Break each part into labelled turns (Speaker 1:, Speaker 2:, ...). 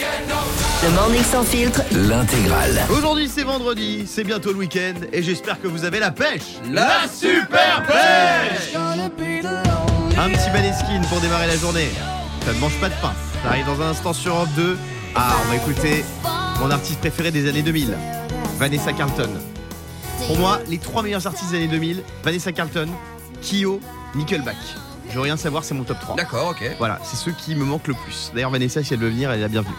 Speaker 1: Le morning sans filtre,
Speaker 2: L'intégrale.
Speaker 3: Aujourd'hui c'est vendredi, c'est bientôt le week-end et j'espère que vous avez la pêche.
Speaker 2: La super pêche
Speaker 3: Un petit Maneskin pour démarrer la journée. Ça ne mange pas de pain. Ça arrive dans un instant sur Europe 2. Ah, on va écouter mon artiste préféré des années 2000, Vanessa Carlton. Pour moi, les trois meilleurs artistes des années 2000, Vanessa Carlton, Kyo, Nickelback. Je veux rien savoir, c'est mon top 3.
Speaker 2: D'accord, ok.
Speaker 3: Voilà, c'est ceux qui me manquent le plus. D'ailleurs, Vanessa, si elle veut venir, elle est la bienvenue.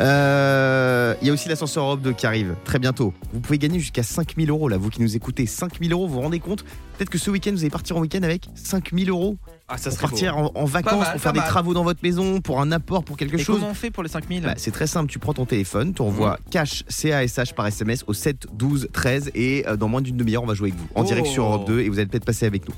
Speaker 3: Euh, Il y a aussi l'ascenseur Europe 2 qui arrive très bientôt. Vous pouvez gagner jusqu'à 5000 euros, là, vous qui nous écoutez. 5000 euros, vous vous rendez compte Peut-être que ce week-end, vous allez partir en week-end avec 5000 euros.
Speaker 4: Ah, ça
Speaker 3: Pour
Speaker 4: serait
Speaker 3: partir
Speaker 4: beau.
Speaker 3: en, en vacances,
Speaker 2: mal,
Speaker 3: pour
Speaker 2: pas
Speaker 3: faire des
Speaker 2: mal.
Speaker 3: travaux dans votre maison, pour un apport, pour quelque
Speaker 4: Et
Speaker 3: chose.
Speaker 4: comment on fait pour les 5000
Speaker 3: Bah, c'est très simple, tu prends ton téléphone, tu envoies
Speaker 2: Mmh.
Speaker 3: cash CASH par SMS au 7 12 13 et euh, dans moins d'une demi-heure on va jouer avec vous en
Speaker 4: Oh.
Speaker 3: direct sur Europe 2 et vous allez peut-être passer avec nous.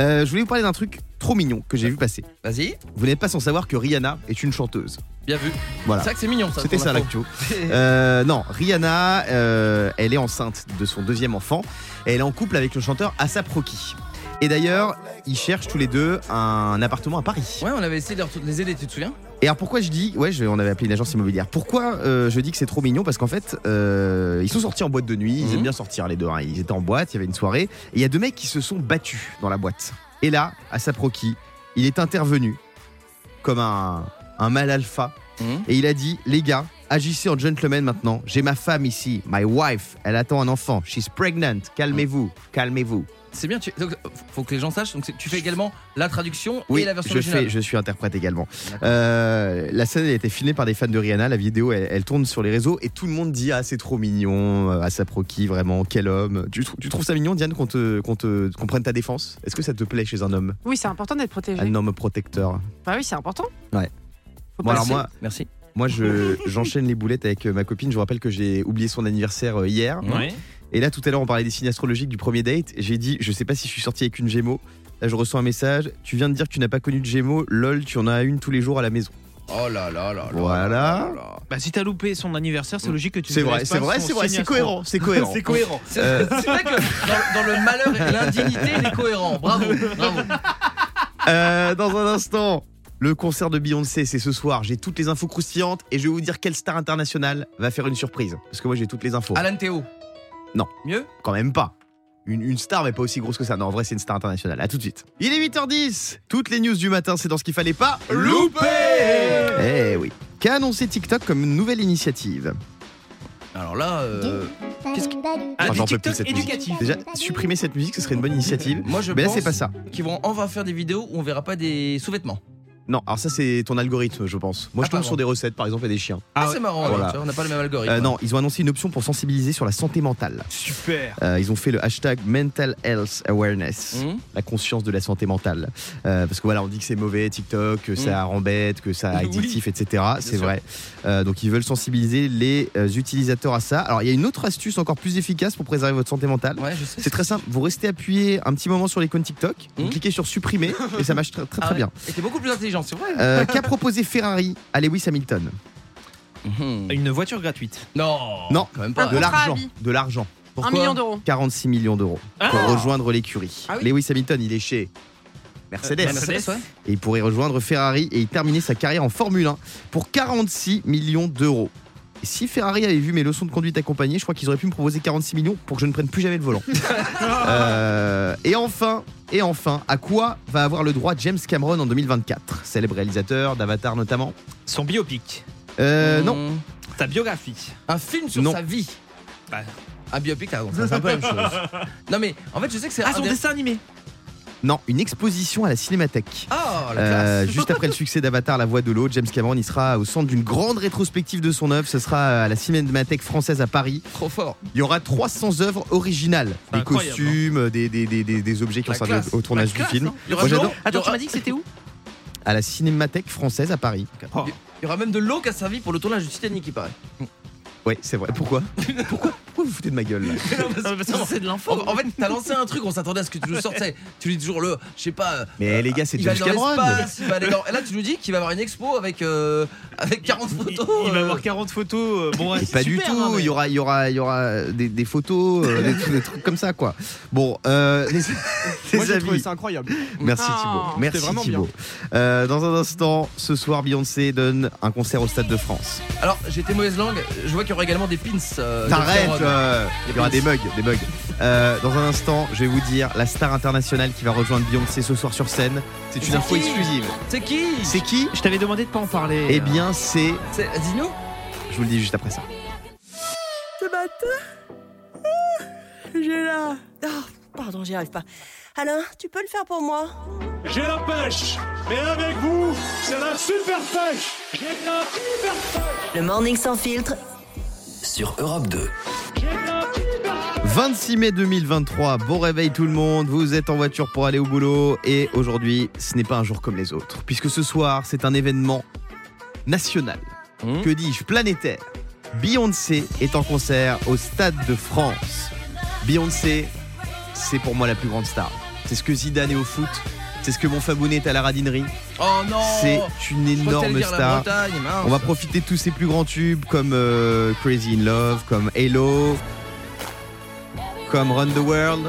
Speaker 3: Euh, je voulais vous parler d'un truc trop mignon que j'ai vu passer.
Speaker 2: Vas-y.
Speaker 3: Vous n'êtes pas sans savoir que Rihanna est une chanteuse.
Speaker 2: Bien vu.
Speaker 3: Voilà.
Speaker 2: C'est vrai que c'est mignon ça.
Speaker 3: C'était
Speaker 2: ton
Speaker 3: ça
Speaker 2: info.
Speaker 3: l'actu. Euh, non, Rihanna, euh, elle est enceinte de son deuxième enfant et elle est en couple avec le chanteur Asap Rocky. Et d'ailleurs, ils cherchent tous les deux un appartement à Paris.
Speaker 2: Ouais, on avait essayé de leur- les aider, tu te souviens
Speaker 3: Et alors pourquoi je dis, ouais, je- on avait appelé une agence immobilière. Pourquoi euh, je dis que c'est trop mignon Parce qu'en fait, euh, ils sont sortis en boîte de nuit. Ils
Speaker 2: Mhm.
Speaker 3: aiment bien sortir les deux. hein. Ils étaient en boîte, il y avait une soirée. Et il y a deux mecs qui se sont battus dans la boîte. Et là, à Saproki, il est intervenu comme un, un mal alpha.
Speaker 2: Mhm.
Speaker 3: Et il a dit, les gars, agissez en gentleman maintenant. J'ai ma femme ici, my wife. Elle attend un enfant. She's pregnant. Calmez-vous, calmez-vous.
Speaker 2: C'est bien, tu... donc, faut que les gens sachent. Donc, c'est- tu fais également la traduction et la version
Speaker 3: je,
Speaker 2: originale.
Speaker 3: fais- je suis interprète également.
Speaker 2: D'accord.
Speaker 3: Euh, la scène elle a été filmée par des fans de Rihanna. La vidéo, elle, elle tourne sur les réseaux et tout le monde dit Ah, c'est trop mignon, euh, Asap Rocky, vraiment, quel homme. Tu, trou- tu trouves ça mignon, Diane, qu'on te, qu'on te- qu'on prenne ta défense Est-ce que ça te plaît chez un homme
Speaker 5: Oui, c'est important d'être protégé.
Speaker 3: Un homme protecteur
Speaker 5: Bah oui, c'est important.
Speaker 3: Ouais.
Speaker 5: Faut
Speaker 2: Bah,
Speaker 3: Bon,
Speaker 5: pas
Speaker 3: alors
Speaker 5: se-
Speaker 3: moi,
Speaker 2: Merci.
Speaker 3: moi je- j'enchaîne les boulettes avec euh, ma copine. Je vous rappelle que j'ai oublié son anniversaire euh, hier.
Speaker 4: Ouais.
Speaker 3: Et là, tout à l'heure, on parlait des signes astrologiques du premier date. J'ai dit Je sais pas si je suis sorti avec une Gémeaux. Là, je reçois un message. Tu viens de dire que tu n'as pas connu de Gémeaux. Lol, tu en as une tous les jours à la maison.
Speaker 2: Oh là là là là. là
Speaker 3: Voilà.
Speaker 2: là là.
Speaker 4: Bah, si t'as loupé son anniversaire, c'est logique que tu
Speaker 3: Mmh. C'est
Speaker 4: ne
Speaker 3: vrai,
Speaker 4: laisses
Speaker 3: c'est
Speaker 4: pas
Speaker 3: vrai,
Speaker 4: son
Speaker 3: c'est vrai,
Speaker 4: signe
Speaker 3: c'est
Speaker 4: astro.
Speaker 3: cohérent, c'est cohérent.
Speaker 4: C'est cohérent.
Speaker 2: C'est
Speaker 3: Euh.
Speaker 2: c'est vrai que dans, dans le malheur et l'indignité, il est cohérent. Bravo, bravo.
Speaker 3: Euh, dans un instant, le concert de Beyoncé, c'est ce soir. J'ai toutes les infos croustillantes et je vais vous dire quelle star internationale va faire une surprise. Parce que moi, j'ai toutes les infos.
Speaker 2: Alan Théo.
Speaker 3: Non.
Speaker 2: Mieux
Speaker 3: Quand même pas. Une, une star, mais pas aussi grosse que ça. Non, en vrai, c'est une star internationale. À tout de suite. Il est 8h10. Toutes les news du matin, c'est dans ce qu'il fallait pas.
Speaker 2: Loupé
Speaker 3: Eh oui. Qu'a annoncé TikTok comme une nouvelle initiative
Speaker 2: Alors là, euh,
Speaker 6: Qu'est-ce que...
Speaker 4: Ah,
Speaker 3: Moi,
Speaker 4: du
Speaker 3: j'en peux plus de
Speaker 4: TikTok
Speaker 3: cette
Speaker 4: éducatif.
Speaker 3: Déjà, supprimer cette musique, ce serait une bonne initiative.
Speaker 2: moi je
Speaker 3: Mais là,
Speaker 2: pense
Speaker 3: c'est pas ça.
Speaker 2: qu'ils vont enfin faire des vidéos où on verra pas des sous-vêtements.
Speaker 3: Non, alors ça, c'est ton algorithme, je pense. Moi,
Speaker 2: Ah,
Speaker 3: je tombe
Speaker 2: pardon.
Speaker 3: sur des recettes, par exemple, et des chiens.
Speaker 2: Ah,
Speaker 4: Ah,
Speaker 2: c'est marrant,
Speaker 3: Voilà.
Speaker 2: tu vois, on n'a pas le même algorithme.
Speaker 3: Euh, non, ils ont annoncé une option pour sensibiliser sur la santé mentale.
Speaker 4: Super.
Speaker 3: Euh, ils ont fait le hashtag Mental Health Awareness,
Speaker 2: Hum
Speaker 3: la conscience de la santé mentale. Euh, parce que voilà, on dit que c'est mauvais, TikTok, que ça rembête, que ça
Speaker 2: Mm. Oui.
Speaker 3: addictif, etc. C'est
Speaker 2: sûr.
Speaker 3: vrai. Euh, donc ils veulent sensibiliser les euh, utilisateurs à ça. Alors il y a une autre astuce encore plus efficace pour préserver votre santé mentale.
Speaker 2: Ouais, je sais.
Speaker 3: C'est très simple, vous restez appuyé un petit moment sur l'icône TikTok, vous
Speaker 2: Mhm.
Speaker 3: cliquez sur supprimer et ça marche très très, très
Speaker 2: Ah ouais.
Speaker 3: bien.
Speaker 2: Et t'es beaucoup plus intelligent, c'est vrai.
Speaker 3: Euh, Qu'a proposé Ferrari à Lewis Hamilton
Speaker 2: Mhm.
Speaker 4: Une voiture gratuite.
Speaker 2: Non.
Speaker 3: Hum. Non.
Speaker 2: quand même pas.
Speaker 5: Ah,
Speaker 3: De
Speaker 5: contrat à
Speaker 3: l'argent,
Speaker 5: vie.
Speaker 3: de l'argent.
Speaker 5: Un million d'euros.
Speaker 3: 46 millions d'euros pour rejoindre l'écurie.
Speaker 2: Ah oui.
Speaker 3: Lewis Hamilton, il est chez Mercedes.
Speaker 2: Ah, Mercedes, ouais.
Speaker 3: Et il pourrait rejoindre Ferrari et y terminer sa carrière en Formule 1 pour 46 millions d'euros. Et Si Ferrari avait vu mes leçons de conduite accompagnées, je crois qu'ils auraient pu me proposer 46 millions pour que je ne prenne plus jamais le volant. Euh, et enfin, et enfin, à quoi va avoir le droit James Cameron en 2024 Célèbre réalisateur d'Avatar notamment.
Speaker 4: Son biopic.
Speaker 3: Euh, Non,
Speaker 2: Hum.
Speaker 4: Ta biographie.
Speaker 2: Un film sur
Speaker 3: Non.
Speaker 2: sa vie.
Speaker 4: Bah.
Speaker 2: Un biopic, ah, bon, c'est un peu la même chose. Non mais en fait, je sais que c'est.
Speaker 4: Ah,
Speaker 2: un
Speaker 4: son
Speaker 2: des-
Speaker 4: dessin animé.
Speaker 3: non, une exposition à la Cinémathèque.
Speaker 2: Ah, la
Speaker 3: Euh,
Speaker 2: classe.
Speaker 3: juste après le succès d'Avatar, La Voix de l'eau, James Cameron il sera au centre d'une grande rétrospective de son œuvre. Ce sera à la Cinémathèque française à Paris.
Speaker 2: Trop fort.
Speaker 3: Il y aura 300 œuvres originales,
Speaker 4: C'est
Speaker 3: des
Speaker 4: incroyable,
Speaker 3: costumes, des, des, des, des- des objets qui ont
Speaker 2: La
Speaker 3: servi
Speaker 2: classe.
Speaker 3: au tournage du
Speaker 2: classe,
Speaker 3: film.
Speaker 2: hein. Il y aura
Speaker 3: Moi
Speaker 2: de l'eau,
Speaker 3: j'adore
Speaker 4: Attends,
Speaker 2: Il y
Speaker 4: tu
Speaker 2: aura-
Speaker 4: m'as dit que c'était où
Speaker 3: à la Cinémathèque française à Paris.
Speaker 4: Oh.
Speaker 2: Il y aura même de l'eau qui a servi pour le tournage du Titanic, il paraît.
Speaker 3: Ouais, c'est vrai. Pourquoi Pourquoi Pourquoi vous foutez de ma gueule là
Speaker 4: Ah, bah, ça, C'est de l'info.
Speaker 2: En, en fait, t'as lancé un truc, on s'attendait à ce que tu nous sortes. tu sais, Tu dis toujours le, je sais pas, euh,
Speaker 3: Mais les gars, c'est
Speaker 2: il va
Speaker 3: James
Speaker 2: aller dans
Speaker 3: Cameron.
Speaker 2: l'espace, il va aller dans- Et là, tu nous dis qu'il va y avoir une expo avec euh, avec 40
Speaker 4: oh, Il,
Speaker 2: photos.
Speaker 4: il va
Speaker 2: euh,
Speaker 4: avoir 40 photos. euh, bon,
Speaker 3: Et
Speaker 4: ouais,
Speaker 3: pas
Speaker 4: c'est
Speaker 3: du
Speaker 4: super,
Speaker 3: tout,
Speaker 4: hein, mais-
Speaker 3: il y aura, il y aura, il y aura des, des photos, euh, des, trucs, des trucs comme ça quoi. Bon, euh, les,
Speaker 1: Moi,
Speaker 3: les
Speaker 1: j'ai trouvé
Speaker 3: amis,
Speaker 1: ça incroyable.
Speaker 3: merci
Speaker 5: Oh,
Speaker 3: Thibaut, merci
Speaker 1: c'était vraiment
Speaker 3: Thibaut. Euh, dans un instant, ce soir, Beyoncé donne un concert au Stade de France.
Speaker 2: Alors, j'étais mauvaise langue, je vois qu'il y aura également des pins. euh, de
Speaker 3: T'arrêtes,
Speaker 2: Cameron.
Speaker 3: euh, il y aura
Speaker 2: Prince.
Speaker 3: des bugs, des bugs. Euh, dans un instant, je vais vous dire la star internationale qui va rejoindre Beyoncé ce soir sur scène. C'est une
Speaker 2: C'est
Speaker 3: info
Speaker 2: qui euh,
Speaker 3: exclusive.
Speaker 2: C'est qui
Speaker 3: C'est qui
Speaker 4: Je t'avais demandé de pas en parler. euh.
Speaker 3: Eh bien, c'est.
Speaker 2: C'est- Dis-nous
Speaker 3: Je vous le dis juste après ça.
Speaker 6: Ce matin, Ah, j'ai là. Oh, pardon, j'y arrive pas. Alain, tu peux le faire pour moi
Speaker 7: J'ai la pêche, mais avec vous, c'est la super pêche. J'ai la super pêche.
Speaker 6: Le morning sans filtre.
Speaker 8: Sur Europe 2.
Speaker 7: J'ai la super
Speaker 3: 26 mai 2023, bon réveil tout le monde, vous êtes en voiture pour aller au boulot et aujourd'hui ce n'est pas un jour comme les autres puisque ce soir c'est un événement national,
Speaker 2: Hum?
Speaker 4: Mmh.
Speaker 3: que dis-je, planétaire. Beyoncé est en concert au Stade de France. Beyoncé, c'est pour moi la plus grande star. C'est ce que Zidane est au foot, c'est ce que mon Fabounet est à la radinerie,
Speaker 2: Oh non
Speaker 3: c'est une
Speaker 2: Je crois que t'allais
Speaker 3: énorme
Speaker 2: dire la
Speaker 3: star.
Speaker 2: Bretagne, mince.
Speaker 3: On va profiter de tous ses plus grands tubes comme euh, Crazy in Love, comme Halo, comme Run the World.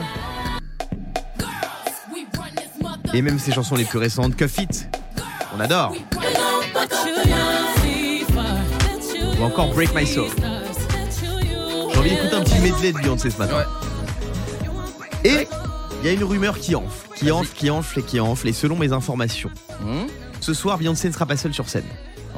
Speaker 3: Et même ses chansons les plus récentes, Cuff It, on adore. Ou encore Break My Soul. J'ai envie d'écouter un petit medley de Beyoncé ce matin. Et il y a une rumeur qui enfle, qui enfle, qui enfle et qui enfle. Et selon mes informations,
Speaker 2: Hmm
Speaker 3: ce soir Beyoncé ne sera pas seule sur scène.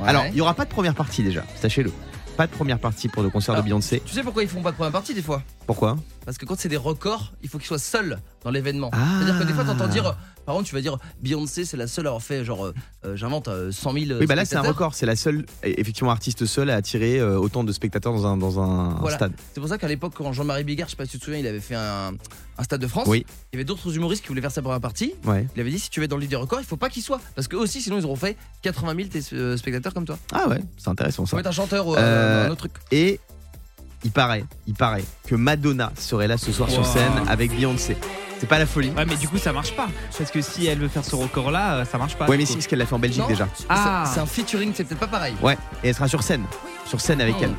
Speaker 2: Ouais.
Speaker 3: Alors, il n'y aura pas de première partie déjà, sachez-le. Pas de première partie pour le concert
Speaker 2: Ah.
Speaker 3: de Beyoncé.
Speaker 2: tu sais pourquoi ils font pas de première partie des fois
Speaker 3: Pourquoi
Speaker 2: Parce que quand c'est des records, il faut qu'ils soient seuls dans l'événement.
Speaker 3: Ah.
Speaker 2: C'est-à-dire que des fois, t'entends dire, euh, par exemple, tu vas dire Beyoncé, c'est la seule à avoir fait genre, euh, euh, j'invente euh, 100 000. euh,
Speaker 3: Oui, bah là c'est un
Speaker 2: spectateurs.
Speaker 3: record. C'est la seule, e, effectivement, artiste seule à attirer euh, autant de spectateurs dans un, dans un
Speaker 2: Voilà.
Speaker 3: stade.
Speaker 2: C'est pour ça qu'à l'époque, quand Jean-Marie Bigard, je sais pas si tu te souviens, il avait fait un, un stade de France.
Speaker 3: Oui.
Speaker 2: Il y avait d'autres humoristes qui voulaient faire sa première partie.
Speaker 3: Ouais.
Speaker 2: Il avait dit si tu veux être dans le livre des records, il faut pas qu'ils soient. Parce que eux aussi, sinon, ils auront fait 80 000 tes- euh, spectateurs comme toi.
Speaker 3: Ah ouais, c'est intéressant ça.
Speaker 2: Faut être un chanteur ou
Speaker 3: Euh,
Speaker 2: un autre truc.
Speaker 3: Et il paraît, il paraît que Madonna serait là ce soir sur
Speaker 4: Wow.
Speaker 3: scène avec Beyoncé. C'est pas la folie.
Speaker 4: Ouais, mais du coup, ça marche pas. Parce que si elle veut faire ce record-là, euh, ça marche pas.
Speaker 3: Ouais, mais
Speaker 4: du
Speaker 3: si,
Speaker 4: coup.
Speaker 3: parce qu'elle l'a fait en Belgique
Speaker 2: Non.
Speaker 3: déjà.
Speaker 4: Ah.
Speaker 2: C'est c'est un featuring, c'est peut-être pas pareil.
Speaker 3: Ouais, et elle sera sur scène. Sur scène avec
Speaker 2: Oh.
Speaker 3: elle.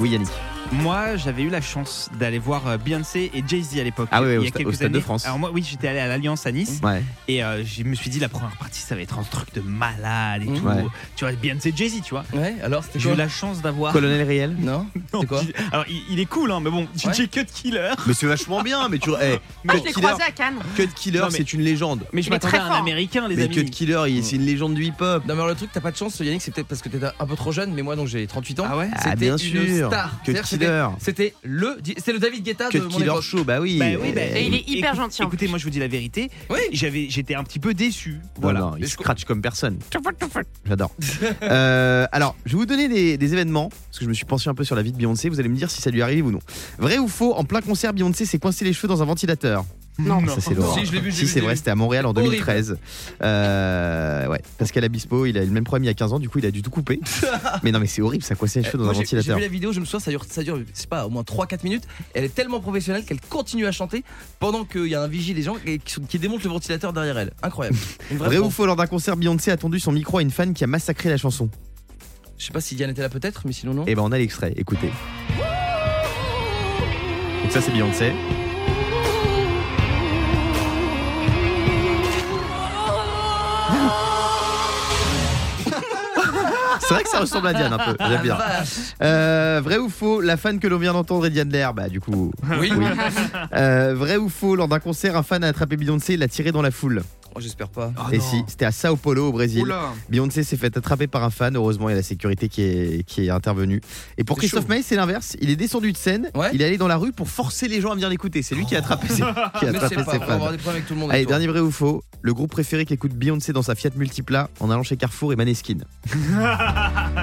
Speaker 3: Oui, Yannick.
Speaker 4: Moi, j'avais eu la chance d'aller voir euh, Beyoncé et Jay-Z à l'époque.
Speaker 3: Ah oui, oui,
Speaker 4: il
Speaker 3: au
Speaker 4: y a
Speaker 3: sta-
Speaker 4: quelques
Speaker 3: au Stade de
Speaker 4: années.
Speaker 3: France.
Speaker 4: Alors, moi, oui, j'étais allé à l'Alliance à Nice.
Speaker 3: Ouais.
Speaker 4: Et euh, je me suis dit, la première partie, ça va être un truc de malade et
Speaker 2: Mmh.
Speaker 4: tout.
Speaker 3: Ouais.
Speaker 4: Tu vois, Beyoncé Jay-Z, tu vois.
Speaker 2: Ouais, alors c'était
Speaker 4: J'ai eu
Speaker 2: quoi
Speaker 4: la chance d'avoir.
Speaker 3: Colonel Riel
Speaker 2: Non
Speaker 4: Non,
Speaker 2: C'est quoi
Speaker 4: J- Alors, il, il est cool, hein, mais bon,
Speaker 2: Ouais.
Speaker 4: DJ Cut Killer.
Speaker 3: Mais c'est vachement bien, mais tu. eh,
Speaker 5: Moi, Ah,
Speaker 3: Cut
Speaker 5: je l'ai
Speaker 3: Killer,
Speaker 5: croisé à Cannes.
Speaker 3: Cut Killer,
Speaker 4: Non, mais-
Speaker 3: c'est une légende.
Speaker 4: Mais
Speaker 5: Il
Speaker 4: je
Speaker 5: est
Speaker 4: m'attendais
Speaker 5: très
Speaker 4: à un
Speaker 5: fort.
Speaker 4: américain, les
Speaker 3: mais
Speaker 4: amis.
Speaker 3: Cut Killer, il- c'est une légende du hip-hop.
Speaker 2: Non mais alors, le truc t'as pas de chance Yannick c'est peut-être parce que t'es un peu trop jeune mais moi donc j'ai 38 ans.
Speaker 4: Ah ouais
Speaker 3: Ah,
Speaker 2: C'était
Speaker 3: bien
Speaker 2: une
Speaker 3: sûr.
Speaker 2: star. C'est-à-dire,
Speaker 3: Cut
Speaker 2: c'était-
Speaker 3: Killer.
Speaker 2: C'était le c'est le David Guetta
Speaker 3: Cut
Speaker 2: de mon
Speaker 3: Killer
Speaker 2: époque.
Speaker 3: Show, bah oui.
Speaker 4: Bah oui,
Speaker 2: Eh,
Speaker 4: bah,
Speaker 5: Et il est hyper
Speaker 4: écoute-
Speaker 5: gentil, en
Speaker 4: Écoutez, moi je vous dis la vérité.
Speaker 2: Oui.
Speaker 4: J'avais, j'étais un petit peu déçu.
Speaker 3: Voilà,
Speaker 4: Voilà.
Speaker 3: il
Speaker 2: Mais
Speaker 3: se
Speaker 2: je-
Speaker 3: scratch comme personne. J'adore. Euh, alors, je vais vous donner des, des événements, parce que je me suis penché un peu sur la vie de Beyoncé, vous allez me dire si ça lui arrive ou non. Vrai ou faux, en plein concert, Beyoncé s'est coincé les cheveux dans un ventilateur.
Speaker 5: Non.
Speaker 3: Ça, c'est l'horreur.
Speaker 2: Si, je l'ai vu, je l'ai
Speaker 3: Si,
Speaker 2: vu, je
Speaker 3: c'est
Speaker 2: l'ai
Speaker 3: vrai,
Speaker 2: vu.
Speaker 3: c'était à Montréal en
Speaker 2: Horrible.
Speaker 3: 2013. Euh, ouais, Pascal Obispo, il a eu le même problème il y a 15 ans, du coup, il a dû tout couper. mais non, mais c'est horrible, ça coincé les cheveux dans
Speaker 2: Moi,
Speaker 3: un
Speaker 2: j'ai- J'ai
Speaker 3: ventilateur.
Speaker 2: vu la vidéo, je me souviens, ça dure, ça dure, je sais pas, au moins 3-4 minutes. Elle est tellement professionnelle qu'elle continue à chanter pendant qu'il y a un vigile des gens qui, sont- qui démontent le ventilateur derrière elle. Incroyable. Une vraie
Speaker 3: Vrai
Speaker 2: pro.
Speaker 3: ou faux, lors d'un concert, Beyoncé a tendu son micro à une fan qui a massacré la chanson.
Speaker 2: Je sais pas si Diane était là peut-être, mais sinon non.
Speaker 3: Et ben, on a l'extrait, écoutez. Donc, ça, c'est Beyoncé. C'est vrai que ça ressemble à Diane un peu,
Speaker 4: Ah,
Speaker 3: j'aime bien.
Speaker 2: Vache.
Speaker 3: Euh, vrai ou faux, la fan que l'on vient d'entendre est Diane Lair, bah du coup.
Speaker 2: Oui.
Speaker 3: Euh, vrai ou faux, lors d'un concert, un fan a attrapé Beyoncé et l'a tiré dans la foule.
Speaker 2: Oh, J'espère pas.
Speaker 4: Oh,
Speaker 3: et
Speaker 4: non.
Speaker 3: si, c'était à Sao Paulo au Brésil.
Speaker 4: Oula.
Speaker 3: Beyoncé s'est fait attraper par un fan, heureusement il y a la sécurité qui est, qui est intervenue. Et pour
Speaker 2: C'est
Speaker 3: Christophe
Speaker 2: chaud.
Speaker 3: Maé, c'est l'inverse, il est descendu de scène,
Speaker 2: Ouais.
Speaker 3: il est allé dans la rue pour forcer les gens à venir l'écouter. C'est lui qui a attrapé ses, qui a
Speaker 2: Mais
Speaker 3: attrapé
Speaker 2: c'est pas,
Speaker 3: ses
Speaker 2: on va
Speaker 3: fans.
Speaker 2: avoir des problèmes avec tout le monde.
Speaker 3: Allez,
Speaker 2: avec toi.
Speaker 3: dernier vrai ou faux, le groupe préféré qui écoute Beyoncé dans sa Fiat Multipla en allant chez Carrefour est Maneskin.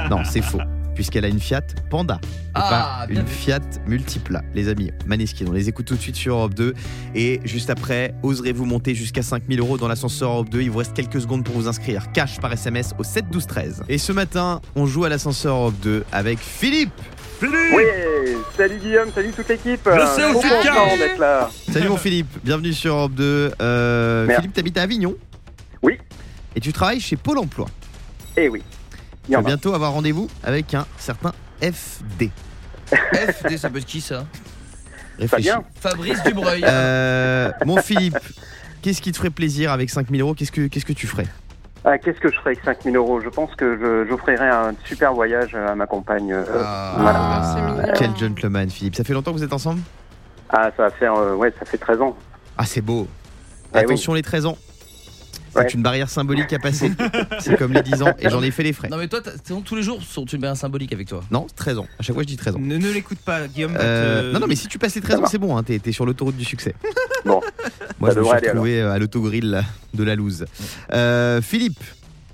Speaker 3: non, c'est faux, puisqu'elle a une Fiat Panda, et
Speaker 2: Ah, bien
Speaker 3: pas Eh ben, une Fiat Multipla. Les amis, Maneskin, on les écoute tout de suite sur Europe 2. Et juste après, oserez-vous monter jusqu'à 5000 euros dans l'ascenseur Europe 2 Il vous reste quelques secondes pour vous inscrire. Cash par SMS au 7 12 13. Et ce matin, on joue à l'ascenseur Europe 2 avec Philippe.
Speaker 9: Oui, salut Guillaume, salut toute l'équipe. Je
Speaker 4: sais où
Speaker 9: suis
Speaker 4: c'est le cas.
Speaker 9: d'être là.
Speaker 3: Salut mon Philippe, bienvenue sur Europe 2. Euh,
Speaker 9: Merde.
Speaker 3: Philippe, t'habites à Avignon
Speaker 9: Oui.
Speaker 3: Et tu travailles chez Pôle emploi.
Speaker 9: Eh oui, Il y
Speaker 3: va
Speaker 9: en a.
Speaker 3: bientôt avoir rendez-vous avec un certain FD.
Speaker 2: FD, ça peut être qui ça
Speaker 3: Réfléchis.
Speaker 9: Fabien
Speaker 2: Fabrice Dubreuil.
Speaker 3: Euh, mon Philippe, qu'est-ce qui te ferait plaisir avec 5000 euros qu'est-ce que, qu'est-ce que tu ferais
Speaker 9: Ah, Qu'est-ce que je ferais avec 5000 euros Je pense que je- j'offrirais un super voyage à ma compagne. euh,
Speaker 5: voilà. Ah, c'est mignon.
Speaker 3: Ah, Quel gentleman, Philippe. Ça fait longtemps que vous êtes ensemble
Speaker 9: Ah, ça va faire, euh, ouais, ça fait 13 ans.
Speaker 3: Ah, c'est beau.
Speaker 9: Eh
Speaker 3: Attention, les 13 ans. C'est
Speaker 9: Ouais.
Speaker 3: une barrière symbolique à passer. c'est comme les 10 ans, et j'en ai fait les frais.
Speaker 2: Non mais toi, t'as- t'as- tous les jours sont une barrière symbolique avec toi.
Speaker 3: Non, 13 ans. À chaque fois, je dis 13 ans.
Speaker 4: Ne, ne l'écoute pas, Guillaume. va
Speaker 3: Euh,
Speaker 4: te-
Speaker 3: non, non, mais si tu passes les 13 ans, c'est bon, hein, t'es, t'es sur l'autoroute du succès.
Speaker 9: Bon.
Speaker 3: Moi,
Speaker 9: Ça
Speaker 3: je me suis
Speaker 9: devrait aller,
Speaker 3: retrouvé euh, à l'autogrill de la loose. Euh, Philippe,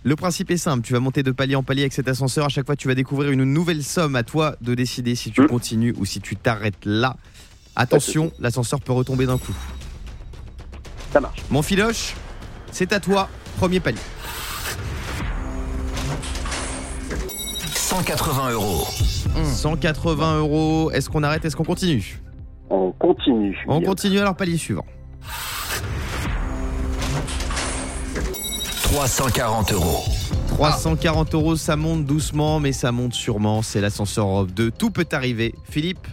Speaker 3: le principe est simple. Tu vas monter de palier en palier avec cet ascenseur. À chaque fois, tu vas découvrir une nouvelle somme. À toi de décider si tu
Speaker 9: Mm.
Speaker 3: continues ou si tu t'arrêtes là. Attention, l'ascenseur peut retomber d'un coup.
Speaker 9: Ça marche.
Speaker 3: Mon filoche, c'est à toi. Premier palier.
Speaker 8: 180 euros.
Speaker 3: 180 euros. Est-ce qu'on arrête Est-ce qu'on continue
Speaker 9: On continue.
Speaker 3: On
Speaker 9: Guillaume.
Speaker 3: continue alors palier suivant.
Speaker 8: 340 euros.
Speaker 3: 340 euros, ça monte doucement, mais ça monte sûrement. C'est l'ascenseur Europe 2. Tout peut arriver. Philippe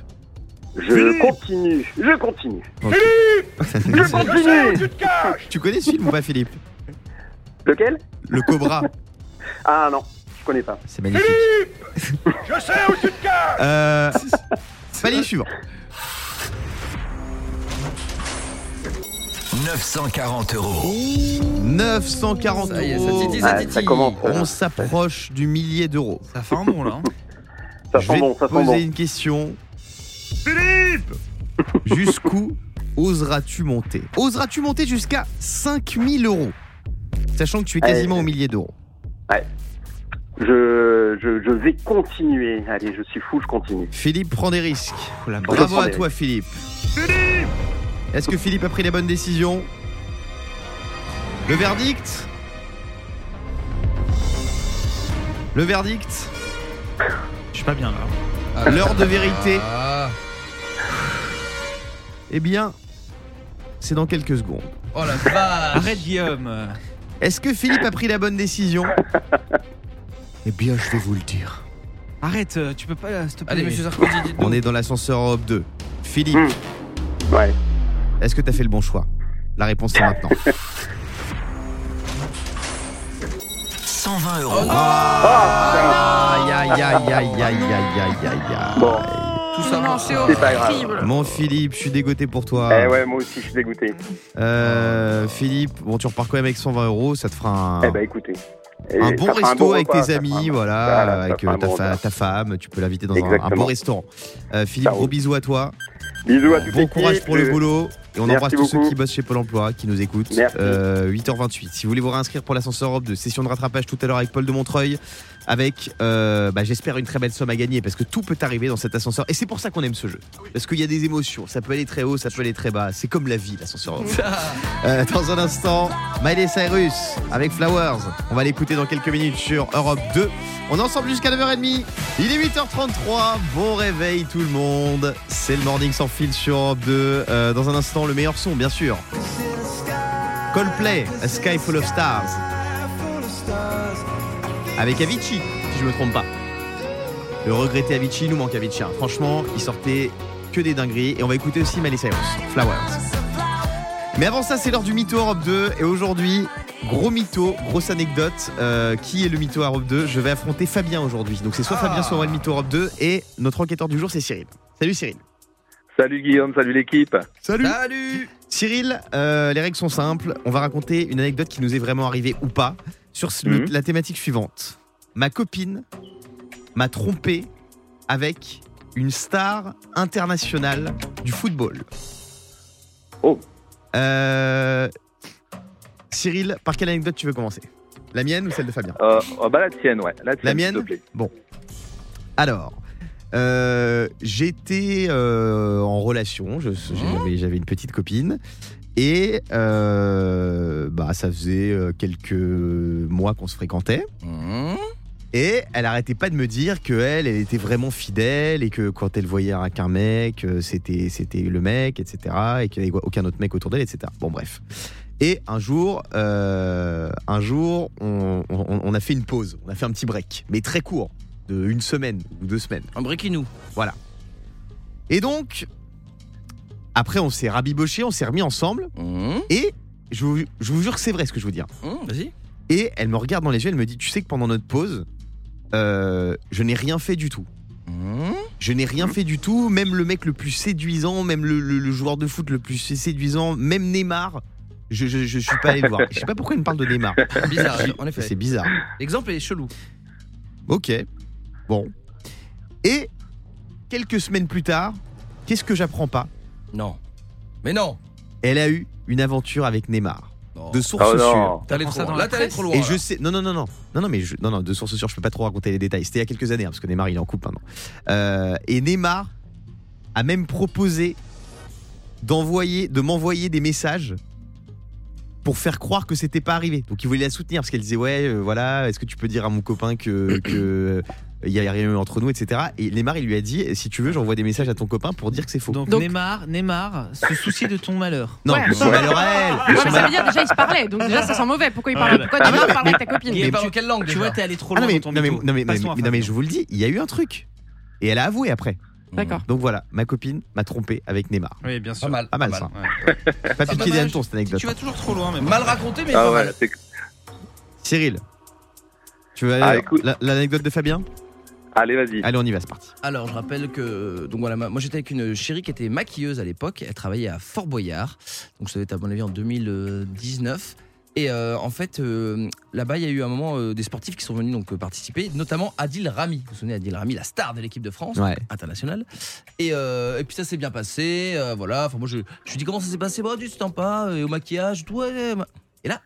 Speaker 9: Je continue. Je continue. Je continue.
Speaker 3: Tu connais ce film ou pas, Philippe
Speaker 9: Lequel
Speaker 3: Le Cobra.
Speaker 9: Ah non, je connais pas.
Speaker 3: C'est magnifique. Euh, palier suivant.
Speaker 8: 940 euros.
Speaker 3: 940
Speaker 2: Ça y est, ça
Speaker 3: euros.
Speaker 2: titille,
Speaker 9: Ah,
Speaker 2: ça titille.
Speaker 9: commence.
Speaker 3: On s'approche du millier d'euros.
Speaker 4: Ça fait un bon là. hein.
Speaker 9: Ça
Speaker 3: Je
Speaker 9: sent
Speaker 3: vais
Speaker 9: bon,
Speaker 3: te
Speaker 9: ça sent
Speaker 3: poser
Speaker 9: bon.
Speaker 3: une question. Philippe Jusqu'où oseras-tu monter Oseras-tu monter jusqu'à 5000 euros Sachant que tu es quasiment
Speaker 9: Allez.
Speaker 3: au millier d'euros.
Speaker 9: Je, je, je vais continuer. Allez, je suis fou, je continue.
Speaker 3: Philippe prend des risques.
Speaker 4: Oh la
Speaker 3: Bravo
Speaker 9: prends
Speaker 3: à
Speaker 9: des
Speaker 3: toi, Philippe. Est-ce que Philippe a pris les bonnes décisions Le verdict Le verdict
Speaker 4: Je suis pas bien là.
Speaker 3: L'heure de vérité.
Speaker 2: Ah.
Speaker 3: Eh bien, c'est dans quelques secondes.
Speaker 2: Oh la vache.
Speaker 4: Arrête Guillaume.
Speaker 3: Est-ce que Philippe a pris la bonne décision Eh bien, je vais vous le dire.
Speaker 4: Arrête, euh, tu peux pas euh, s'il te plaît.
Speaker 2: Allez monsieur Sarkozy, dites
Speaker 3: On est dans l'ascenseur Europe 2. Philippe,
Speaker 9: Ouais. Hmm.
Speaker 3: est-ce que t'as fait le bon choix La réponse est maintenant.
Speaker 8: 120 euros.
Speaker 3: Ah, Aïe, aïe, aïe, aïe, aïe, aïe, aïe, aïe, aïe.
Speaker 9: Bon,
Speaker 2: tout ça. Mmh.
Speaker 5: Non, c'est
Speaker 9: c'est pas grave.
Speaker 5: horrible.
Speaker 3: Mon Philippe, je suis dégoûté pour toi.
Speaker 9: Eh ouais, moi aussi, je suis dégoûté.
Speaker 3: Euh, Philippe, bon, tu repars quand même avec 120 euros, ça te fera un,
Speaker 9: Eh ben, écoutez. Eh,
Speaker 3: Ah. un
Speaker 9: ça
Speaker 3: bon
Speaker 9: fera un
Speaker 3: resto avec
Speaker 9: repas,
Speaker 3: tes
Speaker 9: ça
Speaker 3: amis,
Speaker 9: fera un-
Speaker 3: voilà,
Speaker 9: voilà, ça
Speaker 3: avec
Speaker 9: fera
Speaker 3: euh,
Speaker 9: un
Speaker 3: ta,
Speaker 9: bon
Speaker 3: fa-
Speaker 9: repas.
Speaker 3: ta femme, tu peux l'inviter dans un- un, bon
Speaker 9: Exactement.
Speaker 3: restaurant. Euh, Philippe,
Speaker 9: Ça
Speaker 3: gros
Speaker 9: roule.
Speaker 3: bisous à toi,
Speaker 9: Bisous à toute
Speaker 3: bon courage
Speaker 9: l'équipe,
Speaker 3: pour le
Speaker 9: je-
Speaker 3: boulot, et on
Speaker 9: Merci
Speaker 3: embrasse tous ceux
Speaker 9: beaucoup.
Speaker 3: qui bossent chez Pôle Emploi, qui nous écoutent.
Speaker 9: Merci.
Speaker 3: Euh, 8h28. Si vous voulez vous réinscrire pour l'ascenseur Europe de session de rattrapage tout à l'heure avec Paul de Montreuil, avec, euh, bah, j'espère, une très belle somme à gagner, parce que tout peut arriver dans cet ascenseur, et c'est pour ça qu'on aime ce jeu, parce qu'il y a des émotions, ça peut aller très haut, ça peut aller très bas, c'est comme la vie, l'ascenseur Europe. Euh, dans un instant, Miley Cyrus avec Flowers. On va l'écouter dans quelques minutes sur Europe 2. On est ensemble jusqu'à 9h30. Il est 8h33. Bon réveil tout le monde. C'est le Morning sans fil sur Europe 2. Euh, dans un instant, le meilleur son, bien sûr. Coldplay, A Sky Full of Stars. Avec Avicii, si je me trompe pas. Le regretté Avicii, il nous manque Avicii. hein. Franchement, il sortait que des dingueries. Et on va écouter aussi Miley Cyrus, Flowers. Mais avant ça, c'est l'heure du Mytho Europe 2. Et aujourd'hui, gros mytho, grosse anecdote. Euh, qui est le Mytho Europe 2 Je vais affronter Fabien aujourd'hui. Donc c'est soit
Speaker 9: Ah.
Speaker 3: Fabien, soit moi le Mytho Europe 2. Et notre enquêteur du jour, c'est Cyril. Salut Cyril.
Speaker 9: Salut Guillaume, salut l'équipe.
Speaker 3: Salut.
Speaker 2: Salut.
Speaker 3: Cyril, euh, les règles sont simples. On va raconter une anecdote qui nous est vraiment arrivée ou pas sur ce-
Speaker 9: Mhm.
Speaker 3: la thématique suivante. Ma copine m'a trompé avec une star internationale du football.
Speaker 9: Oh.
Speaker 3: Euh, Cyril, par quelle anecdote tu veux commencer La mienne ou celle de Fabien
Speaker 9: Euh, oh, bah, la tienne, ouais. La, tienne,
Speaker 3: La mienne
Speaker 9: s'il te plaît.
Speaker 3: Alors, euh, j'étais euh, en relation, je- j'avais, j'avais une petite copine. Et euh, bah, ça faisait euh, quelques mois qu'on se fréquentait.
Speaker 2: Mmh.
Speaker 3: Et elle arrêtait pas de me dire que elle, elle était vraiment fidèle et que quand elle voyait un- qu'un mec, euh, c'était, c'était le mec, etc. Et qu'il n'y avait aucun autre mec autour d'elle, etc. Bon, bref. Et un jour, euh, un jour, on, on- on a fait une pause, on a fait un petit break, mais très court, de une semaine ou deux semaines.
Speaker 2: Un breakinou.
Speaker 3: Et donc, après, on s'est rabiboché, on s'est remis ensemble,
Speaker 2: Hum,
Speaker 3: et je vous, je vous jure que c'est vrai ce que je vous dis. hein.
Speaker 2: hum, Vas-y.
Speaker 3: Et elle me regarde dans les yeux, elle me dit, tu sais que pendant notre pause, euh, je n'ai rien fait du tout.
Speaker 2: Hum,
Speaker 3: Je n'ai
Speaker 9: Mmh.
Speaker 3: rien fait du tout, même le mec le plus séduisant, même le, le- le joueur de foot le plus sé- séduisant, même Neymar, je, je, je suis pas allé le voir. Je sais pas pourquoi il me parle de Neymar.
Speaker 2: Bizarre, en
Speaker 3: C'est
Speaker 2: effet.
Speaker 3: bizarre.
Speaker 2: L'exemple est chelou.
Speaker 3: Ok. Bon. Et quelques semaines plus tard, qu'est-ce que j'apprends pas
Speaker 2: Non. Mais non.
Speaker 3: Elle a eu une aventure avec Neymar.
Speaker 2: Non.
Speaker 3: De source
Speaker 9: Oh non.
Speaker 3: sûre.
Speaker 2: T'es allé
Speaker 4: Prends
Speaker 2: trop
Speaker 4: ça
Speaker 2: loin.
Speaker 4: dans
Speaker 2: Là,
Speaker 4: la
Speaker 2: t'es allé
Speaker 4: presse.
Speaker 2: trop loin.
Speaker 3: Et
Speaker 2: là.
Speaker 3: je sais. Non, non, non, non. Non, non, mais je- non, non, de source sûre, je peux pas trop raconter les détails. C'était il y a quelques années, hein, parce que Neymar, il est en couple maintenant. Euh, et Neymar a même proposé d'envoyer, de m'envoyer des messages pour faire croire que c'était pas arrivé. Donc il voulait la soutenir parce qu'elle disait ouais, euh, voilà, est-ce que tu peux dire à mon copain que que il y a rien eu entre nous, etc. Et Neymar, il lui a dit eh, si tu veux, j'envoie des messages à ton copain pour dire que c'est faux.
Speaker 4: Donc,
Speaker 5: Donc-
Speaker 4: Neymar, Neymar, se soucier de ton malheur.
Speaker 3: non,
Speaker 5: Ouais.
Speaker 3: mais son malheur à elle.
Speaker 5: Ouais, mais ça veut dire déjà ils se parlaient, donc déjà ça sent mauvais. Pourquoi ils parlaient Pourquoi
Speaker 3: Ah,
Speaker 5: Neymar
Speaker 3: mais-
Speaker 5: parlait avec ta
Speaker 2: Il
Speaker 5: copine
Speaker 3: mais
Speaker 2: est pas
Speaker 3: tu-
Speaker 2: dans quelle langue
Speaker 4: Tu
Speaker 2: déjà
Speaker 4: vois, t'es allé trop
Speaker 3: Ah
Speaker 4: loin
Speaker 3: non mais,
Speaker 4: dans ton
Speaker 3: non, mais,
Speaker 4: mytho.
Speaker 3: non, mais-
Speaker 4: Passons à
Speaker 3: mais- non, mais
Speaker 4: Fabien.
Speaker 3: je vous le dis, il y a eu un truc. Et elle a avoué après.
Speaker 5: D'accord.
Speaker 3: Donc voilà, ma copine m'a trompé avec Neymar.
Speaker 4: Oui, bien
Speaker 2: Pas
Speaker 4: sûr.
Speaker 2: mal.
Speaker 3: Pas mal, ça. Papier de
Speaker 4: dommage.
Speaker 3: Kylian Tour, cette anecdote.
Speaker 4: Tu vas toujours trop loin, mais
Speaker 2: Mal raconté, mais
Speaker 9: Ah
Speaker 2: pas
Speaker 9: ouais,
Speaker 2: mal.
Speaker 9: c'est-
Speaker 3: Cyril, tu veux aller-
Speaker 9: Ah, écoute.
Speaker 3: la- l'anecdote de Fabien
Speaker 9: Allez, vas-y.
Speaker 3: Allez, on y va, c'est parti.
Speaker 2: Alors, je rappelle que donc voilà, ma- moi j'étais avec une chérie qui était maquilleuse à l'époque. Elle travaillait à Fort Boyard, donc ça devait être à mon avis en 2019. Et euh, en fait, euh, là-bas, il y a eu un moment euh, des sportifs qui sont venus donc euh, participer, notamment Adil Rami. Vous vous souvenez Adil Rami, la star de l'équipe de France
Speaker 3: Ouais.
Speaker 2: internationale. Et, euh, et puis ça s'est bien passé. euh, voilà. Enfin, moi, je, je lui dis comment ça s'est passé. Bah, du sympa. Et au maquillage, tout. ouais, ouais. Et là,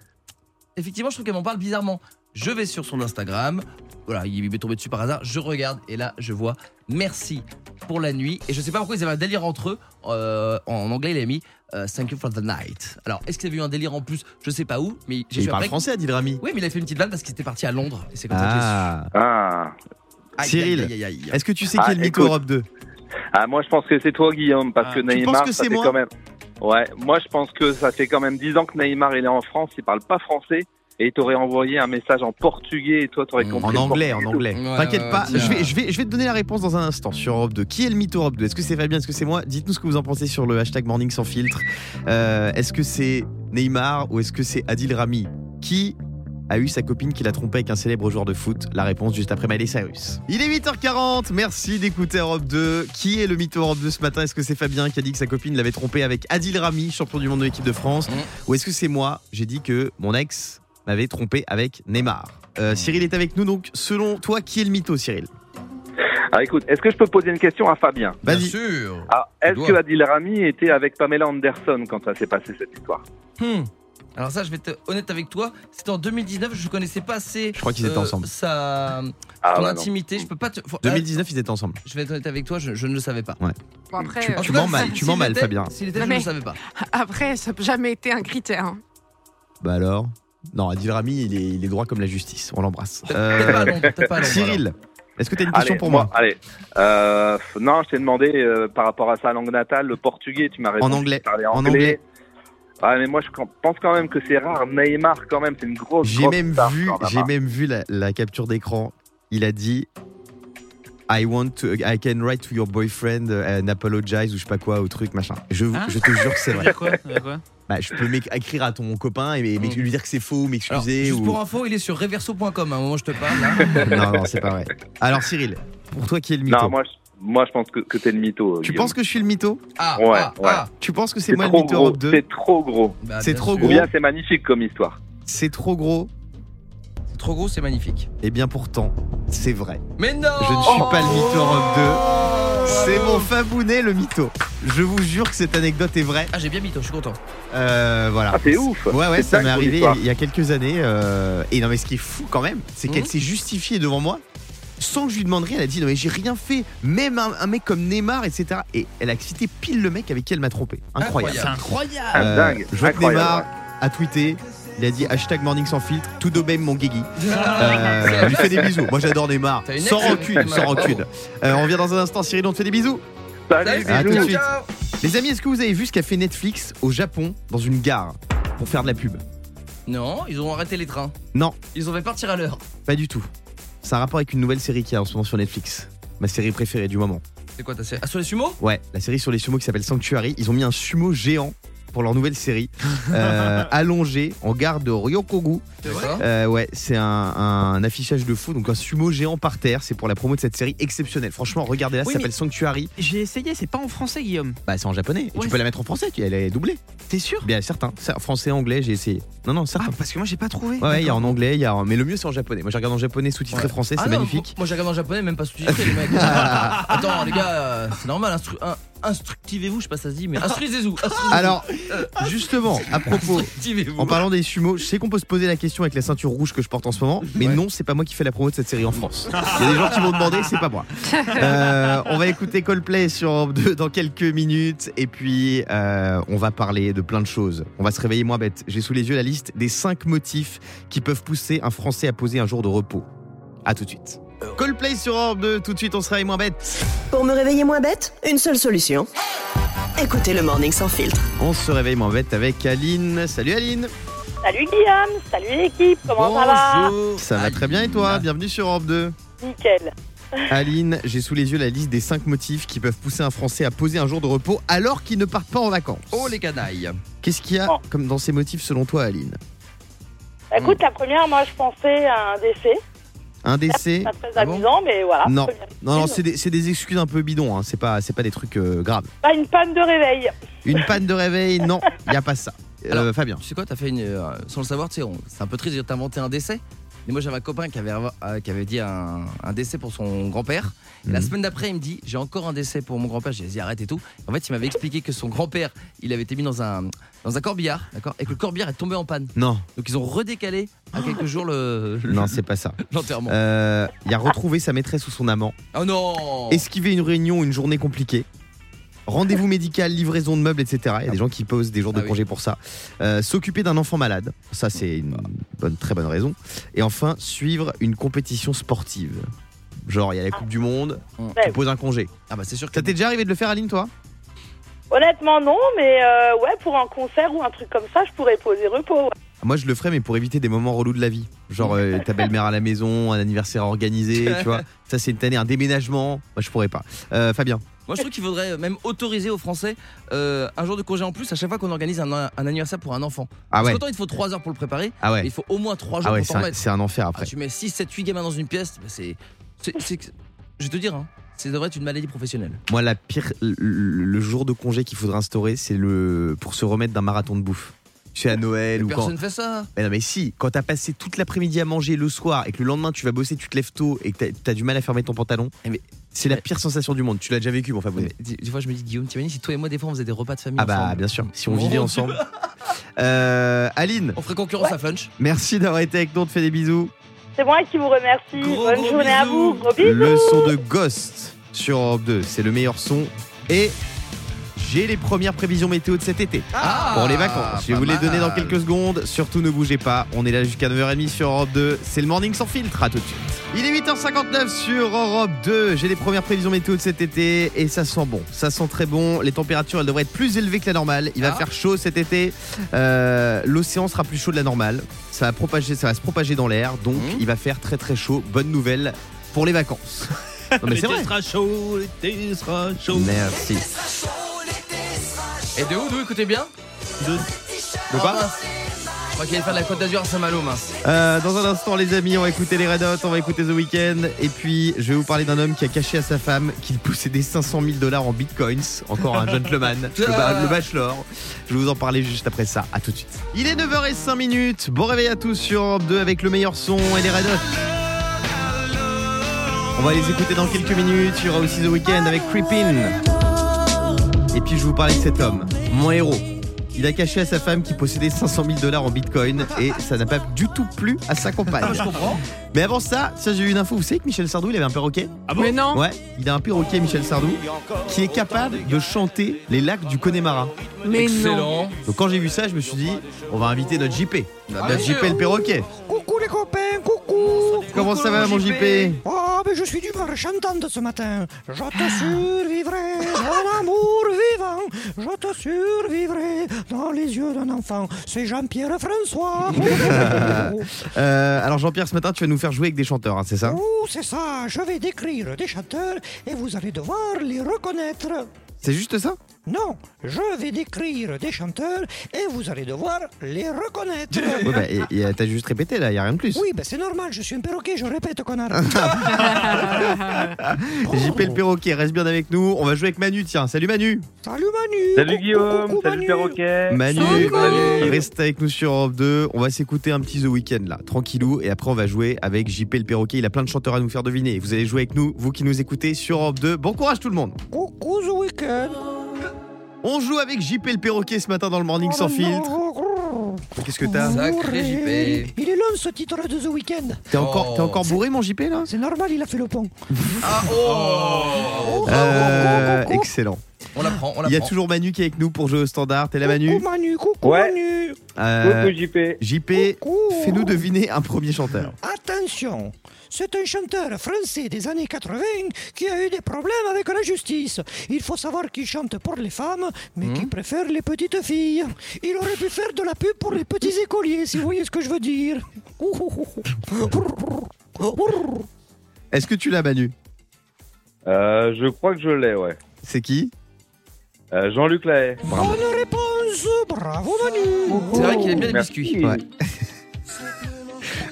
Speaker 2: effectivement, je trouve qu'elle m'en parle bizarrement. Je vais sur son Instagram. Voilà, il m'est tombé dessus par hasard. Je regarde et là, je vois merci pour la nuit. Et je sais pas pourquoi ils avaient un délire entre eux. Euh, en anglais, il a mis euh, thank you for the night. Alors, est-ce qu'il y avait eu un délire en plus Je sais pas où, mais j'ai
Speaker 3: Il
Speaker 2: su
Speaker 3: parle
Speaker 2: après que-
Speaker 3: français, Adil Rami.
Speaker 2: Oui, mais il a fait une petite vanne parce qu'il était parti à Londres. Et c'est comme ça
Speaker 3: Ah.
Speaker 9: Ah.
Speaker 2: que j'ai su. Aïe,
Speaker 3: Cyril.
Speaker 2: aïe, aïe, aïe, aïe.
Speaker 3: Est-ce que tu sais
Speaker 9: Ah,
Speaker 3: qui est le mytho
Speaker 9: écoute.
Speaker 3: Europe 2
Speaker 9: Ah, moi, je pense que c'est toi, Guillaume, parce
Speaker 4: Ah,
Speaker 9: que
Speaker 4: tu
Speaker 9: Neymar,
Speaker 3: penses que
Speaker 9: ça
Speaker 3: c'est
Speaker 9: fait
Speaker 3: moi
Speaker 9: quand même. Ouais, moi, je pense que ça fait quand même 10 ans que Neymar, il est en France, il parle pas français, et il t'aurait envoyé un message en portugais, et toi, t'aurais
Speaker 2: Mm.
Speaker 9: compris.
Speaker 3: En
Speaker 9: le
Speaker 3: anglais, en
Speaker 9: portugais.
Speaker 3: anglais.
Speaker 2: Ouais,
Speaker 3: T'inquiète
Speaker 2: ouais,
Speaker 3: pas,
Speaker 2: tiens.
Speaker 3: je vais, je, vais, je vais te donner la réponse dans un instant sur Europe 2. Qui est le mytho Europe 2 Est-ce que c'est Fabien Est-ce que c'est moi Dites-nous ce que vous en pensez sur le hashtag Morning sans filtre. Euh, est-ce que c'est Neymar ou est-ce que c'est Adil Rami Qui a eu sa copine qui l'a trompé avec un célèbre joueur de foot La réponse juste après Miley Cyrus. Il est 8h40, merci d'écouter Europe 2. Qui est le mytho Europe 2 ce matin Est-ce que c'est Fabien qui a dit que sa copine l'avait trompé avec Adil Rami, champion du monde de l'équipe de France
Speaker 2: Mm.
Speaker 3: Ou est-ce que c'est moi J'ai dit que mon ex m'avait trompé avec Neymar.
Speaker 2: Mmh.
Speaker 3: Euh, Cyril est avec nous, donc selon toi, qui est le mytho, Cyril
Speaker 9: Ah, écoute, est-ce que je peux poser une question à Fabien
Speaker 2: Bien
Speaker 3: Vas-y.
Speaker 2: sûr.
Speaker 9: Ah,
Speaker 2: Tu
Speaker 9: est-ce
Speaker 2: dois.
Speaker 9: que Adil Rami était avec Pamela Anderson quand ça s'est passé cette histoire
Speaker 2: Hmm. Alors ça, je vais être honnête avec toi. C'était en 2019. Je connaissais pas assez. euh,
Speaker 3: Je crois qu'ils étaient ensemble.
Speaker 2: Sa
Speaker 9: Ah,
Speaker 2: ton
Speaker 9: ouais, non.
Speaker 2: intimité. Je peux pas. Te... faut- là,
Speaker 3: 2019, ils étaient ensemble.
Speaker 2: je vais être honnête avec toi. Je, je ne le savais pas.
Speaker 5: Bon, après,
Speaker 3: Tu-
Speaker 5: euh,
Speaker 2: En tout
Speaker 3: mens
Speaker 2: cas,
Speaker 3: mal,
Speaker 2: si-
Speaker 3: tu
Speaker 2: s'il
Speaker 3: mens mal,
Speaker 2: l'était-
Speaker 3: Fabien.
Speaker 2: S'il était, je ne
Speaker 5: Mais-
Speaker 2: le savais pas.
Speaker 5: après, ça n'a jamais été un critère. hein.
Speaker 3: Bah alors Non, Adil Rami, il est, il est droit comme la justice. On l'embrasse. Euh,
Speaker 2: Peut-être pas à Londres, peut-être pas à Londres, alors.
Speaker 3: Cyril, est-ce que tu as une question
Speaker 9: allez,
Speaker 3: pour moi
Speaker 9: Allez. Euh, non, je t'ai demandé euh, par rapport à sa langue natale, le portugais, tu m'as répondu. que
Speaker 3: anglais.
Speaker 9: tu parlais
Speaker 3: En
Speaker 9: anglais.
Speaker 3: anglais.
Speaker 9: Ah, mais moi, je pense quand même que c'est rare. Neymar, quand même, c'est une grosse.
Speaker 3: J'ai
Speaker 9: grosse
Speaker 3: même
Speaker 9: star,
Speaker 3: vu,
Speaker 9: quand même,
Speaker 3: j'ai
Speaker 9: hein.
Speaker 3: même vu la, la capture d'écran. Il a dit I want to, I can write to your boyfriend and apologize ou je sais pas quoi au truc machin. Je, vous-
Speaker 4: Hein
Speaker 3: je te jure que c'est
Speaker 4: Ça veut
Speaker 3: vrai.
Speaker 4: dire quoi Ça veut dire quoi
Speaker 3: Bah, je peux m'éc- écrire à ton copain et m'ex-
Speaker 2: Mm.
Speaker 3: lui dire que c'est faux,
Speaker 2: Alors,
Speaker 3: m'excuser
Speaker 2: juste
Speaker 3: ou.
Speaker 2: pour info, il est sur reverso.com. À un hein, moment, je te parle. là.
Speaker 3: Non, non, c'est pas vrai. Alors Cyril, pour toi qui est le mytho
Speaker 9: Non, moi, je, moi, je pense que, que t'es le mytho.
Speaker 3: Tu
Speaker 9: Guillaume.
Speaker 3: penses que je suis le mytho
Speaker 2: Ah,
Speaker 9: Ouais,
Speaker 2: ah,
Speaker 9: ouais.
Speaker 2: ah.
Speaker 3: Tu penses que c'est
Speaker 9: c'est
Speaker 3: moi le
Speaker 9: trop
Speaker 3: mytho
Speaker 9: gros
Speaker 3: Europe 2
Speaker 9: C'est trop gros.
Speaker 2: Bah,
Speaker 3: C'est
Speaker 2: bien
Speaker 3: trop
Speaker 2: sûr.
Speaker 9: Ou
Speaker 3: gros.
Speaker 9: bien c'est magnifique comme histoire.
Speaker 3: C'est trop gros
Speaker 2: C'est trop gros, c'est magnifique.
Speaker 3: Et bien pourtant, c'est vrai.
Speaker 2: Mais non.
Speaker 3: Je ne suis pas le mytho Europe 2.
Speaker 2: Oh,
Speaker 3: C'est
Speaker 2: bravo.
Speaker 3: mon fabounet le mytho. Je vous jure que cette anecdote est vraie.
Speaker 2: Ah, j'ai bien mytho. Je suis content.
Speaker 3: Euh, voilà.
Speaker 9: Ah, c'est ouf.
Speaker 3: Ouais, ouais,
Speaker 9: C'est
Speaker 3: ça
Speaker 9: dingue,
Speaker 3: m'est
Speaker 9: ton
Speaker 3: arrivé
Speaker 9: histoire.
Speaker 3: il y a quelques années. euh, et non, mais ce qui est fou quand même, c'est qu'elle
Speaker 2: Mhm.
Speaker 3: s'est justifiée devant moi sans que je lui demande rien. Elle a dit non, mais j'ai rien fait. Même un, un mec comme Neymar, etc. Et elle a cité pile le mec avec qui elle m'a trompé. Incroyable.
Speaker 2: Incroyable.
Speaker 4: C'est incroyable.
Speaker 9: Ah,
Speaker 3: Euh,
Speaker 9: dingue.
Speaker 3: je vois que
Speaker 9: Incroyable.
Speaker 3: Neymar a tweeté. Il a dit hashtag morning sans filtre, tout de même mon guégui.
Speaker 2: C'est
Speaker 3: Euh,
Speaker 2: la
Speaker 3: on lui fait des bisous. Moi j'adore Neymar.
Speaker 2: Ah. T'as une
Speaker 3: Sans
Speaker 2: ex avec
Speaker 3: rancune,
Speaker 2: Neymar.
Speaker 3: sans rancune. Euh, on revient dans un instant, Cyril, on te fait des bisous.
Speaker 9: Salut,
Speaker 3: à
Speaker 9: bisous.
Speaker 3: tout de suite. Les amis, est-ce que vous avez vu ce qu'a fait Netflix au Japon dans une gare pour faire de la pub.
Speaker 2: Non, ils ont arrêté les trains.
Speaker 3: Non.
Speaker 2: Ils ont fait partir à l'heure.
Speaker 3: Pas du tout. Ça a un rapport avec une nouvelle série qu'il y a en ce moment sur Netflix. Ma série préférée du moment.
Speaker 2: C'est quoi ta série Ah, sur les sumo
Speaker 3: Ouais, la série sur les sumos qui s'appelle Sanctuary. Ils ont mis un sumo géant pour leur nouvelle série, euh, allongé en gare de Ryokogu.
Speaker 2: D'accord.
Speaker 3: Euh, ouais, c'est un, un affichage de fou, donc un sumo géant par terre. C'est pour la promo de cette série exceptionnelle. Franchement, regardez-la,
Speaker 4: Oui,
Speaker 3: ça
Speaker 4: mais-
Speaker 3: s'appelle Sanctuary.
Speaker 4: J'ai essayé, c'est pas en français, Guillaume.
Speaker 3: Bah, c'est en japonais. Et
Speaker 4: Ouais,
Speaker 3: tu peux la mettre en français, tu elle est doublée.
Speaker 4: T'es sûr
Speaker 3: Bien, certains. Ça, Français, anglais, j'ai essayé. Non, non,
Speaker 4: Ah,
Speaker 3: certains.
Speaker 4: parce que moi j'ai pas trouvé.
Speaker 3: ouais, il y a en anglais, il y a en... mais le mieux c'est en japonais. Moi, je regarde en japonais sous-titré
Speaker 2: Ouais.
Speaker 3: français, c'est
Speaker 2: Ah non, Moi,
Speaker 3: magnifique.
Speaker 2: moi, j'ai regardé en japonais, même pas sous-titré, les mecs. Attends, les gars, euh, c'est normal. instru- un- instructivez-vous, je sais pas si ça se dit, mais instruisez-vous. instruisez-vous,
Speaker 3: Alors, justement, à propos.
Speaker 2: instructivez-vous.
Speaker 3: En parlant des sumos, je sais qu'on peut se poser la question avec la ceinture rouge que je porte en ce moment, mais non, c'est pas moi qui fais la promo de cette série en France. Il y a des gens qui m'ont demandé, c'est pas moi. Euh, on va écouter Coldplay sur Europe 2 dans quelques minutes, et puis euh, on va parler de plein de choses. On va se réveiller moins bête. J'ai sous les yeux la liste des 5 motifs qui peuvent pousser un Français à poser un jour de repos. À tout de suite. Coldplay sur Europe 2, tout de suite on se réveille moins bête.
Speaker 6: Pour me réveiller moins bête, une seule solution. Écoutez le Morning sans filtre.
Speaker 3: On se réveille moins bête avec Aline. Salut Aline.
Speaker 1: Salut Guillaume, salut l'équipe, comment
Speaker 2: Bonjour.
Speaker 1: ça
Speaker 3: Ça va très bien et toi Bienvenue sur Europe 2.
Speaker 1: va Nickel.
Speaker 3: Aline, j'ai sous les yeux la liste des 5 motifs qui peuvent pousser un Français à poser un jour de repos alors qu'il ne part pas en vacances.
Speaker 2: Oh les Oh. canailles.
Speaker 3: Qu'est-ce qu'il y a comme dans ces motifs selon toi, Aline Mm.
Speaker 1: Bah, écoute, la première, moi je pensais à un décès,
Speaker 3: Un décès
Speaker 1: pas très
Speaker 2: Ah bon
Speaker 1: amusant, mais voilà.
Speaker 3: Non.
Speaker 1: première.
Speaker 3: Non, non, c'est des, c'est des excuses un peu bidons, hein. c'est pas, c'est pas des trucs euh, graves.
Speaker 1: Pas une panne de réveil.
Speaker 3: Une panne de réveil, non, il n'y a pas ça. Euh,
Speaker 2: Alors-
Speaker 3: Fabien,
Speaker 2: Tu sais quoi, t'as fait une. euh, sans le savoir, tu sais, on- c'est un peu triste de t'inventer un décès. Mais moi, j'avais un copain qui avait, euh, qui avait dit un, un décès pour son grand-père. Et la
Speaker 3: Mhm.
Speaker 2: semaine d'après, il me dit J'ai encore un décès pour mon grand-père. J'ai dit Arrête et tout. En fait, il m'avait expliqué que son grand-père, il avait été mis dans un, dans un corbillard, d'accord Et que le corbillard est tombé en panne.
Speaker 3: non,
Speaker 2: Donc, ils ont redécalé à quelques jours le- le-
Speaker 3: non, c'est pas ça.
Speaker 2: l'enterrement.
Speaker 3: Euh, Il y a retrouvé sa maîtresse ou son amant,
Speaker 2: Oh non
Speaker 3: esquiver une réunion ou une journée compliquée. Rendez-vous médical, livraison de meubles, etc. Il y a des gens qui posent des jours de
Speaker 2: Ah oui.
Speaker 3: congé pour ça. Euh, S'occuper d'un enfant malade, ça c'est une bonne, très bonne raison. Et enfin, suivre une compétition sportive. Genre, il y a la Coupe du Monde, tu
Speaker 1: Ouais.
Speaker 3: poses un congé.
Speaker 2: Ah bah c'est sûr que
Speaker 3: Ça t'est déjà arrivé de le faire, Aline, toi
Speaker 1: Honnêtement, non, mais euh, ouais, pour un concert ou un truc comme ça, je pourrais poser repos.
Speaker 3: Moi, je le ferais, mais pour éviter des moments relous de la vie. Genre, euh, ta belle-mère à la maison, un anniversaire à organiser, tu vois. Ça, c'est une année, un déménagement. Moi, je pourrais pas. Euh, Fabien,
Speaker 2: Moi, je trouve qu'il faudrait même autoriser aux Français euh, un jour de congé en plus à chaque fois qu'on organise un, un anniversaire pour un enfant.
Speaker 3: ah
Speaker 2: Parce
Speaker 3: ouais,
Speaker 2: qu'autant il te faut 3 heures pour le préparer,
Speaker 3: ah
Speaker 2: mais
Speaker 3: ouais,
Speaker 2: il faut au moins 3 jours
Speaker 3: ah ouais,
Speaker 2: pour
Speaker 3: c'est
Speaker 2: t'en
Speaker 3: un-
Speaker 2: mettre.
Speaker 3: c'est un enfer
Speaker 2: Ah,
Speaker 3: après.
Speaker 2: tu mets 6, 7, 8 gamins dans une pièce, bah, c'est. c'est- c'est- Je vais te dire, hein, ça devrait être une maladie professionnelle.
Speaker 3: Moi, la pire, le, le jour de congé qu'il faudrait instaurer, c'est le pour se remettre d'un marathon de bouffe. Tu sais, à Noël ou quand.
Speaker 2: Personne ne fait ça.
Speaker 3: Mais non, mais si, quand t'as passé toute l'après-midi à manger le soir et que le lendemain tu vas bosser, tu te lèves tôt et que t'as- t'as du mal à fermer ton pantalon,
Speaker 2: Eh mais- Eh
Speaker 3: c'est la pire sensation du monde. Tu l'as déjà vécu, mon Fabien.
Speaker 2: Mais Des des fois, je me dis, Guillaume, t'imagines si toi et moi, des fois, on faisait des repas de famille
Speaker 3: Ah bah,
Speaker 2: ensemble
Speaker 3: bien sûr, si on
Speaker 2: Mon
Speaker 3: vivait
Speaker 2: Dieu.
Speaker 3: ensemble. Euh, Aline,
Speaker 2: On ferait concurrence à Flunch.
Speaker 3: merci d'avoir été avec nous, on te fait des bisous.
Speaker 1: C'est moi qui vous remercie.
Speaker 2: Gros,
Speaker 1: Bonne
Speaker 2: gros
Speaker 1: journée à vous.
Speaker 2: bisous.
Speaker 1: Gros bisous.
Speaker 3: Le son de Ghost sur Europe 2, c'est le meilleur son et j'ai les premières prévisions météo de cet été. pour les vacances. Je
Speaker 2: Ah,
Speaker 3: vais
Speaker 2: pas
Speaker 3: vous les donner dans
Speaker 2: mal.
Speaker 3: quelques secondes. Surtout ne bougez pas. On est là jusqu'à 9h30 sur Europe 2. C'est le morning sans filtre. À tout de suite. Il est 8h59 sur Europe 2. J'ai les premières prévisions météo de cet été et ça sent bon. Ça sent très bon. Les températures, elles devraient être plus élevées que la normale. Il va
Speaker 2: Ah.
Speaker 3: faire chaud cet été. Euh, L'océan sera plus chaud de la normale. Ça va, propager, ça va se propager dans l'air. Donc
Speaker 2: Mhm.
Speaker 3: il va faire très très chaud. Bonne nouvelle pour les vacances. Non, mais c'est vrai.
Speaker 4: sera chaud, l'été sera chaud.
Speaker 3: Merci.
Speaker 2: Et de où, d'où, écoutez bien
Speaker 3: De
Speaker 2: Ah,
Speaker 3: quoi
Speaker 2: mince. Je crois qu'il allait faire de la Côte d'Azur à Saint-Malo, mince.
Speaker 3: Euh, dans un instant, les amis, on va écouter les Red Hot, on va écouter The Weeknd, et puis je vais vous parler d'un homme qui a caché à sa femme qu'il possédait 500 000 dollars en bitcoins. Encore un gentleman, le, ba- le bachelor. Je vais vous en parler juste après ça. À tout de suite. Il est 9h05 minutes. Bon réveil à tous sur Europe 2 avec le meilleur son et les Red Hot. On va les écouter dans quelques minutes. Il y aura aussi The Weeknd avec Creepin. Et puis je vous parlais de cet homme, mon héros. Il a caché à sa femme qu'il possédait 500 000 dollars en bitcoin et ça n'a pas du tout plu à sa compagne.
Speaker 2: Ah, Je comprends.
Speaker 3: Mais avant ça, ça j'ai eu une info. Vous savez que Michel Sardou, il avait un perroquet
Speaker 5: Mais non.
Speaker 3: Ouais, il a un perroquet, Michel Sardou, qui est capable de chanter les lacs du Connemara.
Speaker 5: Mais non.
Speaker 2: Excellent.
Speaker 3: Donc quand j'ai vu ça, je me suis dit, on va inviter notre JP.
Speaker 2: Bah,
Speaker 3: Notre
Speaker 2: bien
Speaker 3: JP
Speaker 2: sûr.
Speaker 3: le perroquet.
Speaker 10: Coucou les copains, coucou
Speaker 3: Comment ça va, mon JP
Speaker 10: Oh, mais que je suis d'humeur chantante ce matin. Je te
Speaker 3: Ah.
Speaker 10: survivrai d'un amour vivant. Je te survivrai dans les yeux d'un enfant. C'est Jean-Pierre François.
Speaker 3: Euh, alors Jean-Pierre, ce matin, tu vas nous faire jouer avec des chanteurs, hein, c'est ça
Speaker 10: Oh, c'est ça. Je vais décrire des chanteurs et vous allez devoir les reconnaître.
Speaker 3: C'est juste ça
Speaker 10: Non, je vais décrire des chanteurs et vous allez devoir les reconnaître.
Speaker 3: Ouais, bah, et- et, euh, T'as juste répété là, il y a rien de plus.
Speaker 10: Oui, ben c'est normal, je suis un perroquet, je répète, connard.
Speaker 3: JP le perroquet, reste bien avec nous. On va jouer avec Manu, tiens. Salut Manu
Speaker 10: Salut Manu
Speaker 9: Salut
Speaker 10: Coucou,
Speaker 9: Guillaume,
Speaker 10: coucou,
Speaker 9: salut
Speaker 10: Manu.
Speaker 9: Perroquet.
Speaker 3: Manu,
Speaker 9: Salut.
Speaker 3: reste avec nous sur Europe 2. On va s'écouter un petit The Weeknd là, tranquillou. Et après, on va jouer avec JP le perroquet. Il a plein de chanteurs à nous faire deviner. Vous allez jouer avec nous, vous qui nous écoutez sur Europe 2. Bon courage tout le monde
Speaker 10: Coucou ce week-end
Speaker 3: On joue avec JP le perroquet ce matin dans le Morning sans filtre. Qu'est-ce que t'as
Speaker 2: Sacré JP.
Speaker 10: Il est long ce titre de The Weeknd.
Speaker 3: T'es encore, t'es encore bourré mon JP là
Speaker 10: C'est normal, il a fait le pont.
Speaker 2: Ah, oh
Speaker 3: Euh, Excellent.
Speaker 2: On la prend, on la
Speaker 3: Il y a
Speaker 2: prend.
Speaker 3: toujours Manu qui est avec nous pour jouer au standard. T'es là Manu
Speaker 10: Coucou Oh, Manu, coucou
Speaker 9: Ouais.
Speaker 10: Manu.
Speaker 3: Euh,
Speaker 9: Coucou JP.
Speaker 3: JP,
Speaker 10: Coucou.
Speaker 3: fais-nous deviner un premier chanteur.
Speaker 10: Attention, c'est un chanteur français des années 80 qui a eu des problèmes avec la justice. Il faut savoir qu'il chante pour les femmes, mais qu'il préfère les petites filles. Il aurait pu faire de la pub pour les petits écoliers, si vous voyez ce que je veux dire.
Speaker 3: Est-ce que tu l'as Manu
Speaker 9: Euh, je crois que je l'ai, ouais.
Speaker 3: C'est qui
Speaker 9: Euh, Jean-Luc Lahaye.
Speaker 10: Bonne réponse, bravo
Speaker 2: C'est
Speaker 10: Manu.
Speaker 2: vrai qu'il aime bien les
Speaker 9: Merci.
Speaker 2: biscuits.
Speaker 3: Ouais.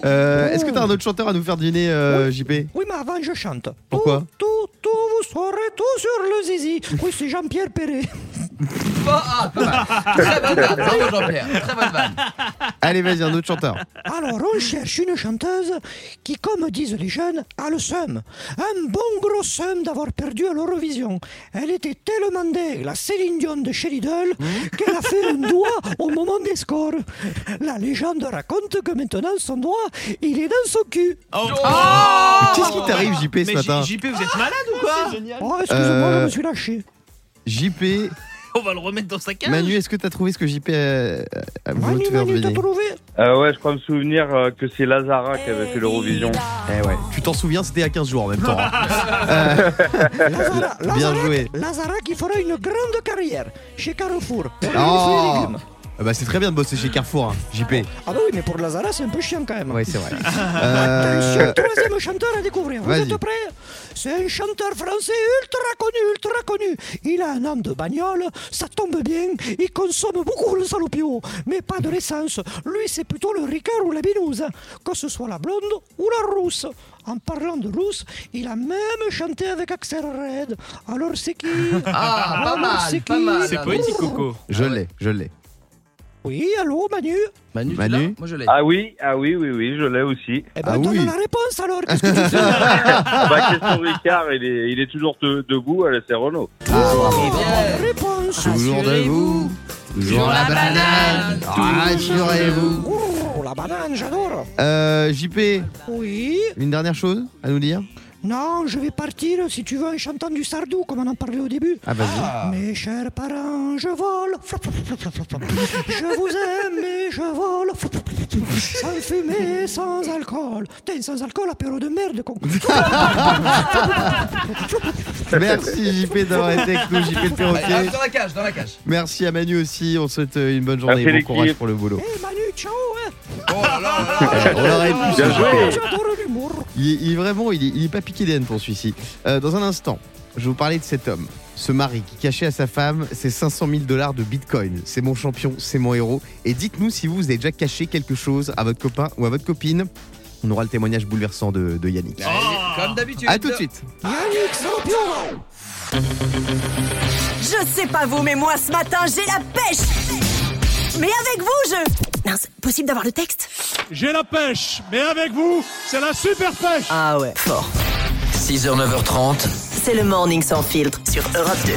Speaker 3: Euh, Est-ce que t'as un autre chanteur à nous faire deviner euh, JP
Speaker 10: Oui, mais avant, je chante.
Speaker 3: Pourquoi
Speaker 10: Tout, tout, tout, vous saurez tout sur le zizi. Oui, c'est Jean-Pierre Perret.
Speaker 2: Ah, ah, très bonne vanne, bravo Jean-Pierre, très bonne vanne.
Speaker 3: Allez, vas-y, un autre chanteur.
Speaker 10: Alors, on cherche une chanteuse qui, comme disent les jeunes, a le seum. Un bon gros seum d'avoir perdu à l'Eurovision. Elle était tellement dingue, la Céline Dion de chez Lidl, qu'elle a fait un doigt au moment des scores. La légende raconte que maintenant, son doigt, il est dans son cul.
Speaker 4: Oh,
Speaker 3: Qu'est-ce qui t'arrive JP ce
Speaker 4: Mais
Speaker 3: matin
Speaker 4: J- JP, vous êtes malade ou quoi
Speaker 10: Oh, excusez-moi,
Speaker 3: Euh,
Speaker 10: je me suis lâché.
Speaker 3: JP,
Speaker 4: On va le remettre dans sa cage.
Speaker 3: Manu, est-ce que t'as trouvé ce que JP euh, euh, voulait
Speaker 10: Manu,
Speaker 3: te faire
Speaker 10: Manu, t'as
Speaker 3: deviner
Speaker 10: trouvé
Speaker 9: Euh, ouais, je crois me souvenir euh, que c'est Lazara qui avait fait l'Eurovision.
Speaker 3: Eh ouais, tu t'en souviens, c'était à 15 jours en même temps. hein.
Speaker 10: Lazara,
Speaker 3: Euh, bien
Speaker 10: Lazara,
Speaker 3: joué.
Speaker 10: Lazara qui fera une grande carrière chez Carrefour. Pour les fruits et
Speaker 3: Oh.
Speaker 10: légumes.
Speaker 3: Ah bah, c'est très bien de bosser chez Carrefour, hein, JP.
Speaker 10: Ah bah oui, mais pour Lazara, c'est un peu chiant quand même.
Speaker 3: Ouais, c'est vrai.
Speaker 10: Attention,
Speaker 3: Euh,
Speaker 10: troisième chanteur à découvrir. Vous
Speaker 3: Vas-y.
Speaker 10: êtes prêts C'est un chanteur français ultra connu, ultra connu. Il a un an de bagnole, ça tombe bien, il consomme beaucoup le salopio, mais pas de l'essence. Lui, c'est plutôt le ricard ou la binouse, que ce soit la blonde ou la rousse. En parlant de rousse, il a même chanté avec Axel Red. Alors c'est qui
Speaker 2: Ah, pas
Speaker 10: Alors,
Speaker 2: mal,
Speaker 10: c'est
Speaker 2: pas
Speaker 10: qui
Speaker 2: mal.
Speaker 4: C'est poétique, Coco.
Speaker 3: je l'ai, je l'ai.
Speaker 10: Oui, allô, Manu
Speaker 2: Manu, tu
Speaker 3: Manu
Speaker 2: l'as Moi je l'ai.
Speaker 9: Ah oui, ah oui, oui, oui, je l'ai aussi.
Speaker 10: Eh ben,
Speaker 3: Ah
Speaker 10: donne
Speaker 3: oui.
Speaker 10: la réponse alors. Qu'est-ce que tu fais
Speaker 9: Ah bah, question Ricard, il est, il est toujours de- debout, euh, c'est Renault.
Speaker 3: Ah, bravo.
Speaker 2: Bien.
Speaker 10: Réponse.
Speaker 3: Toujours debout, toujours la banane, rassurez-vous.
Speaker 10: Ouh, la banane, j'adore.
Speaker 3: Euh, JP,
Speaker 10: Oui.
Speaker 3: une dernière chose à nous dire
Speaker 10: Non, je vais partir, si tu veux, en chantant du sardou, comme on en parlait au début.
Speaker 3: Ah, vas-y.
Speaker 10: Mes chers parents, je vole. Flop, flop, flop, flop, flop, flop. Je vous aime, mais je vole. Flop, flop, flop, flop. Sans fumée, sans alcool. Putain, sans alcool, apéro de merde, con.
Speaker 3: Merci JP d'avoir été avec nous, JP le
Speaker 2: Allez,
Speaker 3: perroquet.
Speaker 2: Dans la cage, dans la cage.
Speaker 3: Merci à Manu aussi, on souhaite euh, une bonne journée,
Speaker 9: Merci
Speaker 3: bon
Speaker 9: l'équipe.
Speaker 3: courage pour le boulot.
Speaker 10: Eh, Manu, ciao, hein.
Speaker 2: Oh là là là là.
Speaker 3: On aurait pu
Speaker 9: Bien
Speaker 3: se-
Speaker 9: joué. Ouais.
Speaker 10: J'adore l'humour.
Speaker 3: Il, est- il est vraiment, il est, il est pas piqué d'haine pour celui-ci. Euh, dans un instant, je vais vous parler de cet homme, ce mari qui cachait à sa femme ses 500 000 dollars de bitcoin. C'est mon champion, c'est mon héros. Et dites-nous si vous, vous avez déjà caché quelque chose à votre copain ou à votre copine. On aura le témoignage bouleversant de, de Yannick.
Speaker 4: Ah.
Speaker 2: Allez, Comme d'habitude.
Speaker 3: A tout de suite.
Speaker 10: Yannick Salopio.
Speaker 6: Je sais pas vous, mais moi ce matin j'ai la pêche. Mais avec vous, je. Non, c'est possible d'avoir le texte
Speaker 7: J'ai la pêche, mais avec vous, c'est la super pêche.
Speaker 6: Ah ouais, fort.
Speaker 8: 6h, 9h30.
Speaker 6: C'est le morning sans filtre sur Europe 2.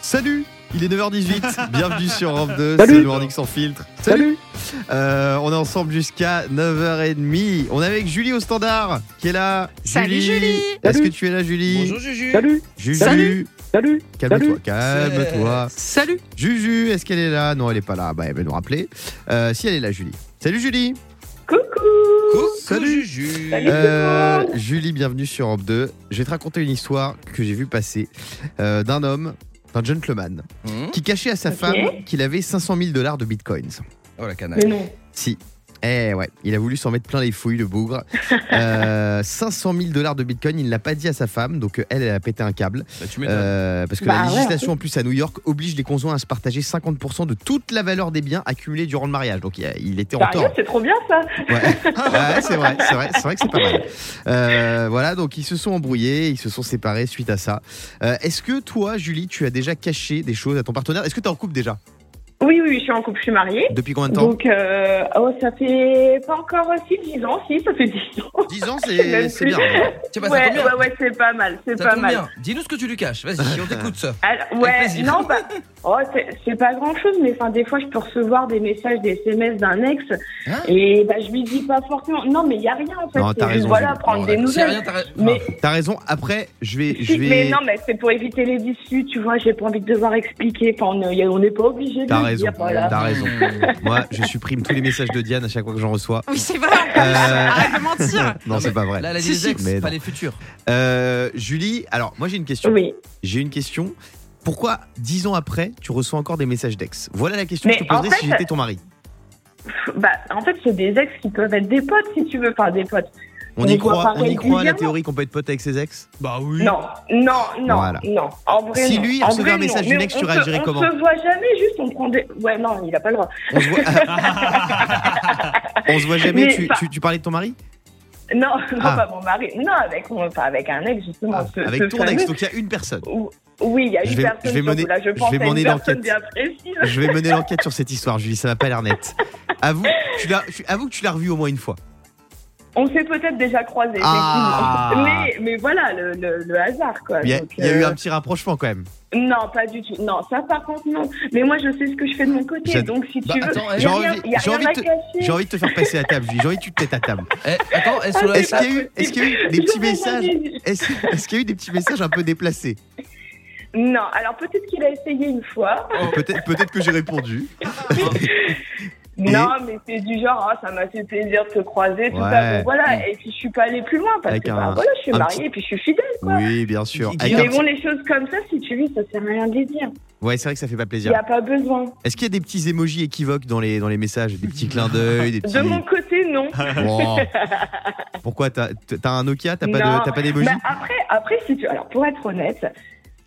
Speaker 3: Salut il est 9h18, bienvenue sur Europe 2, c'est le Morning sans filtre. Salut, Euh, On est ensemble jusqu'à 9h30. On est avec Julie au standard qui est là.
Speaker 5: Salut, Julie.
Speaker 3: Est-ce que tu es là Julie
Speaker 2: Bonjour Juju.
Speaker 3: Juju
Speaker 5: Salut.
Speaker 9: Salut
Speaker 3: Calme-toi, calme-toi.
Speaker 5: Salut.
Speaker 3: Juju, est-ce qu'elle est là Non, elle est pas là. Bah, elle va nous rappeler. Euh, si elle est là, Julie. Salut Julie Coucou Salut Juju Euh, Julie, bienvenue sur Europe 2. Je vais te raconter une histoire que j'ai vue passer euh, d'un homme, d'un gentleman,
Speaker 2: Hum.
Speaker 3: qui cachait à sa
Speaker 2: Ok.
Speaker 3: femme qu'il avait 500 000 dollars de bitcoins.
Speaker 2: Oh la canaille. Mais non.
Speaker 3: Si. Eh ouais, il a voulu s'en mettre plein les fouilles, le bougre. Euh, 500 000 dollars de bitcoin, il ne l'a pas dit à sa femme, donc euh, elle, elle a pété un câble.
Speaker 2: Bah, tu m'étonnes.
Speaker 3: Euh, parce que
Speaker 2: Bah
Speaker 3: la
Speaker 2: ouais,
Speaker 3: législation
Speaker 2: en
Speaker 3: en plus à New York oblige les conjoints à se partager 50% de toute la valeur des biens accumulés durant le mariage. Donc il a- il était en
Speaker 1: Sérieux,
Speaker 3: tort.
Speaker 1: c'est trop bien ça.
Speaker 3: Ouais, c'est vrai, c'est vrai, c'est vrai que c'est pas mal. Euh, voilà, donc ils se sont embrouillés, ils se sont séparés suite à ça. Euh, Est-ce que toi, Julie, tu as déjà caché des choses à ton partenaire Est-ce que t'es en couple déjà
Speaker 11: Oui, oui, oui, je suis en couple, je suis mariée.
Speaker 3: Depuis combien de temps
Speaker 11: Donc, euh, oh, ça fait pas encore aussi 10 ans, si, ça fait 10 ans.
Speaker 3: 10 ans,
Speaker 2: c'est- c'est bien. Tu sais pas,
Speaker 4: bah,
Speaker 2: ça
Speaker 11: ouais,
Speaker 2: tombe bien.
Speaker 11: ouais, ouais, c'est pas mal, c'est
Speaker 2: Ça
Speaker 11: pas
Speaker 2: tombe
Speaker 11: mal.
Speaker 2: bien. Dis-nous ce que tu lui caches. Vas-y, on t'écoute.
Speaker 11: Alors, ouais,
Speaker 2: plaisir.
Speaker 11: non, bah, oh, c'est- c'est pas grand chose, mais enfin, des fois, je peux recevoir des messages, des SMS d'un ex,
Speaker 9: Ah.
Speaker 11: et bah, je lui dis pas forcément. Non, mais il y a rien, en fait.
Speaker 3: Non,
Speaker 11: c'est
Speaker 3: t'as
Speaker 11: juste,
Speaker 3: raison.
Speaker 11: voilà,
Speaker 3: Julie.
Speaker 11: prendre
Speaker 3: Non,
Speaker 11: des
Speaker 3: d'accord. S'il
Speaker 11: nouvelles.
Speaker 3: y a rien, t'as ra-
Speaker 11: mais,
Speaker 3: enfin, T'as raison. Après, je vais, je
Speaker 11: si,
Speaker 3: vais.
Speaker 11: mais non, mais c'est pour éviter les issues, tu vois, j'ai pas envie de devoir expliquer. Enfin, on est- on n'est pas obligé de
Speaker 3: T'as
Speaker 11: le
Speaker 3: raison.
Speaker 11: dire, voilà.
Speaker 3: T'as raison. Moi, je supprime tous les messages de Diane à chaque fois que j'en reçois.
Speaker 5: Oui, c'est vrai. en plus.
Speaker 3: Euh,
Speaker 5: Arrête de mentir.
Speaker 3: non, c'est pas vrai.
Speaker 2: Là, elle a dit
Speaker 3: Si,
Speaker 2: les
Speaker 3: si,
Speaker 2: ex,
Speaker 3: mais
Speaker 2: pas
Speaker 3: non.
Speaker 2: les futurs.
Speaker 3: Euh, Julie, alors moi j'ai une question.
Speaker 11: Oui.
Speaker 3: J'ai une question. Pourquoi dix ans après, tu reçois encore des messages d'ex Voilà la question
Speaker 11: Mais
Speaker 3: que je te poserais
Speaker 11: en fait-
Speaker 3: si j'étais ton mari.
Speaker 11: Bah, en fait, c'est des ex qui peuvent être des potes, si tu veux. Enfin, des potes.
Speaker 3: On
Speaker 11: les
Speaker 3: y
Speaker 11: voit
Speaker 3: croit,
Speaker 11: pas hein.
Speaker 3: on y croit à la
Speaker 11: régulièrement.
Speaker 3: théorie qu'on peut être pote avec ses ex Bah oui.
Speaker 11: Non, non, non,
Speaker 3: Voilà.
Speaker 11: non. En vrai,
Speaker 3: Si
Speaker 11: non.
Speaker 3: lui, il
Speaker 11: En
Speaker 3: recevait
Speaker 11: vrai,
Speaker 3: un message
Speaker 11: non.
Speaker 3: d'une
Speaker 11: Mais
Speaker 3: ex,
Speaker 11: on
Speaker 3: tu
Speaker 11: se-
Speaker 3: réagirais comment
Speaker 11: On se voit jamais, juste on prend des. Ouais, non, il a pas le droit.
Speaker 3: Ah. On se voit jamais.
Speaker 11: Mais
Speaker 3: Tu,
Speaker 11: pas-
Speaker 3: tu, tu parlais de ton mari
Speaker 11: Non, non,
Speaker 3: Ah.
Speaker 11: pas mon mari. Non, avec, mon- enfin, avec un ex, justement. ce- ce
Speaker 3: Avec ton ex,
Speaker 11: fameux-
Speaker 3: donc il y a une personne.
Speaker 11: Oui, il y a
Speaker 3: Je
Speaker 11: une
Speaker 3: vais-
Speaker 11: personne.
Speaker 3: je vais mener-
Speaker 11: surtout, là, je
Speaker 3: je
Speaker 11: pense
Speaker 3: vais
Speaker 11: à une
Speaker 3: mener
Speaker 11: personne
Speaker 3: l'enquête.
Speaker 11: bien précise.
Speaker 3: Je vais mener l'enquête sur cette histoire, Julie, ça n'a pas l'air net. Avoue, tu l'as- tu- avoue que tu l'as revu au moins une fois.
Speaker 11: On s'est peut-être déjà croisés,
Speaker 3: Ah.
Speaker 11: effectivement. Mais, mais voilà, le, le, le hasard, quoi.
Speaker 3: Il y a,
Speaker 11: Donc,
Speaker 3: il y a eu
Speaker 11: euh,
Speaker 3: un petit rapprochement quand même.
Speaker 11: Non, pas du tout. Non, ça par contre, non. Mais moi, je sais ce que je fais de mon côté.
Speaker 3: J'ad-
Speaker 11: Donc, si tu
Speaker 3: Bah,
Speaker 11: veux,
Speaker 3: attends,
Speaker 11: il y a
Speaker 3: j'ai
Speaker 11: rien-
Speaker 3: envie,
Speaker 11: il y a
Speaker 3: j'ai
Speaker 11: rien
Speaker 3: envie
Speaker 11: à
Speaker 3: de te,
Speaker 11: cacher.
Speaker 3: j'ai envie de te faire passer à table, Julie. J'ai envie que tu te têtes à table.
Speaker 4: Eh,
Speaker 2: attends,
Speaker 11: est-ce qu'on a-
Speaker 3: est-ce qu'il y a eu, est-ce qu'il y a eu des
Speaker 11: Je
Speaker 3: petits
Speaker 11: vais
Speaker 3: messages, est-ce, est-ce qu'il y a eu des petits messages un peu déplacés
Speaker 11: Non, alors peut-être qu'il a essayé une fois.
Speaker 3: Peut-être, peut-être que j'ai répondu.
Speaker 11: Non, mais c'est du genre, ah, ça m'a fait plaisir de te croiser, tout
Speaker 3: Ouais.
Speaker 11: ça. Donc, voilà, et puis je suis pas allée plus loin parce
Speaker 3: Avec
Speaker 11: que
Speaker 3: un-
Speaker 11: bah, voilà, je suis
Speaker 3: un
Speaker 11: mariée
Speaker 3: petit-
Speaker 11: et puis je suis fidèle. Quoi.
Speaker 3: Oui, bien sûr. Avec un
Speaker 11: mais
Speaker 3: petit-
Speaker 11: bon, les choses comme ça, si tu vis, ça sert à rien de les dire.
Speaker 3: Ouais, c'est vrai que ça fait pas
Speaker 11: Il
Speaker 3: plaisir.
Speaker 11: n'y a pas besoin.
Speaker 3: Est-ce qu'il y a des petits émojis équivoques dans les dans les messages, des petits clins d'œil, des petits.
Speaker 11: De mon côté, non.
Speaker 3: Ah. Wow. Pourquoi t'as, t'as un Nokia, t'as pas
Speaker 11: Non.
Speaker 3: de, t'as pas d'émojis
Speaker 11: Bah, après, après, si tu. Alors, pour être honnête,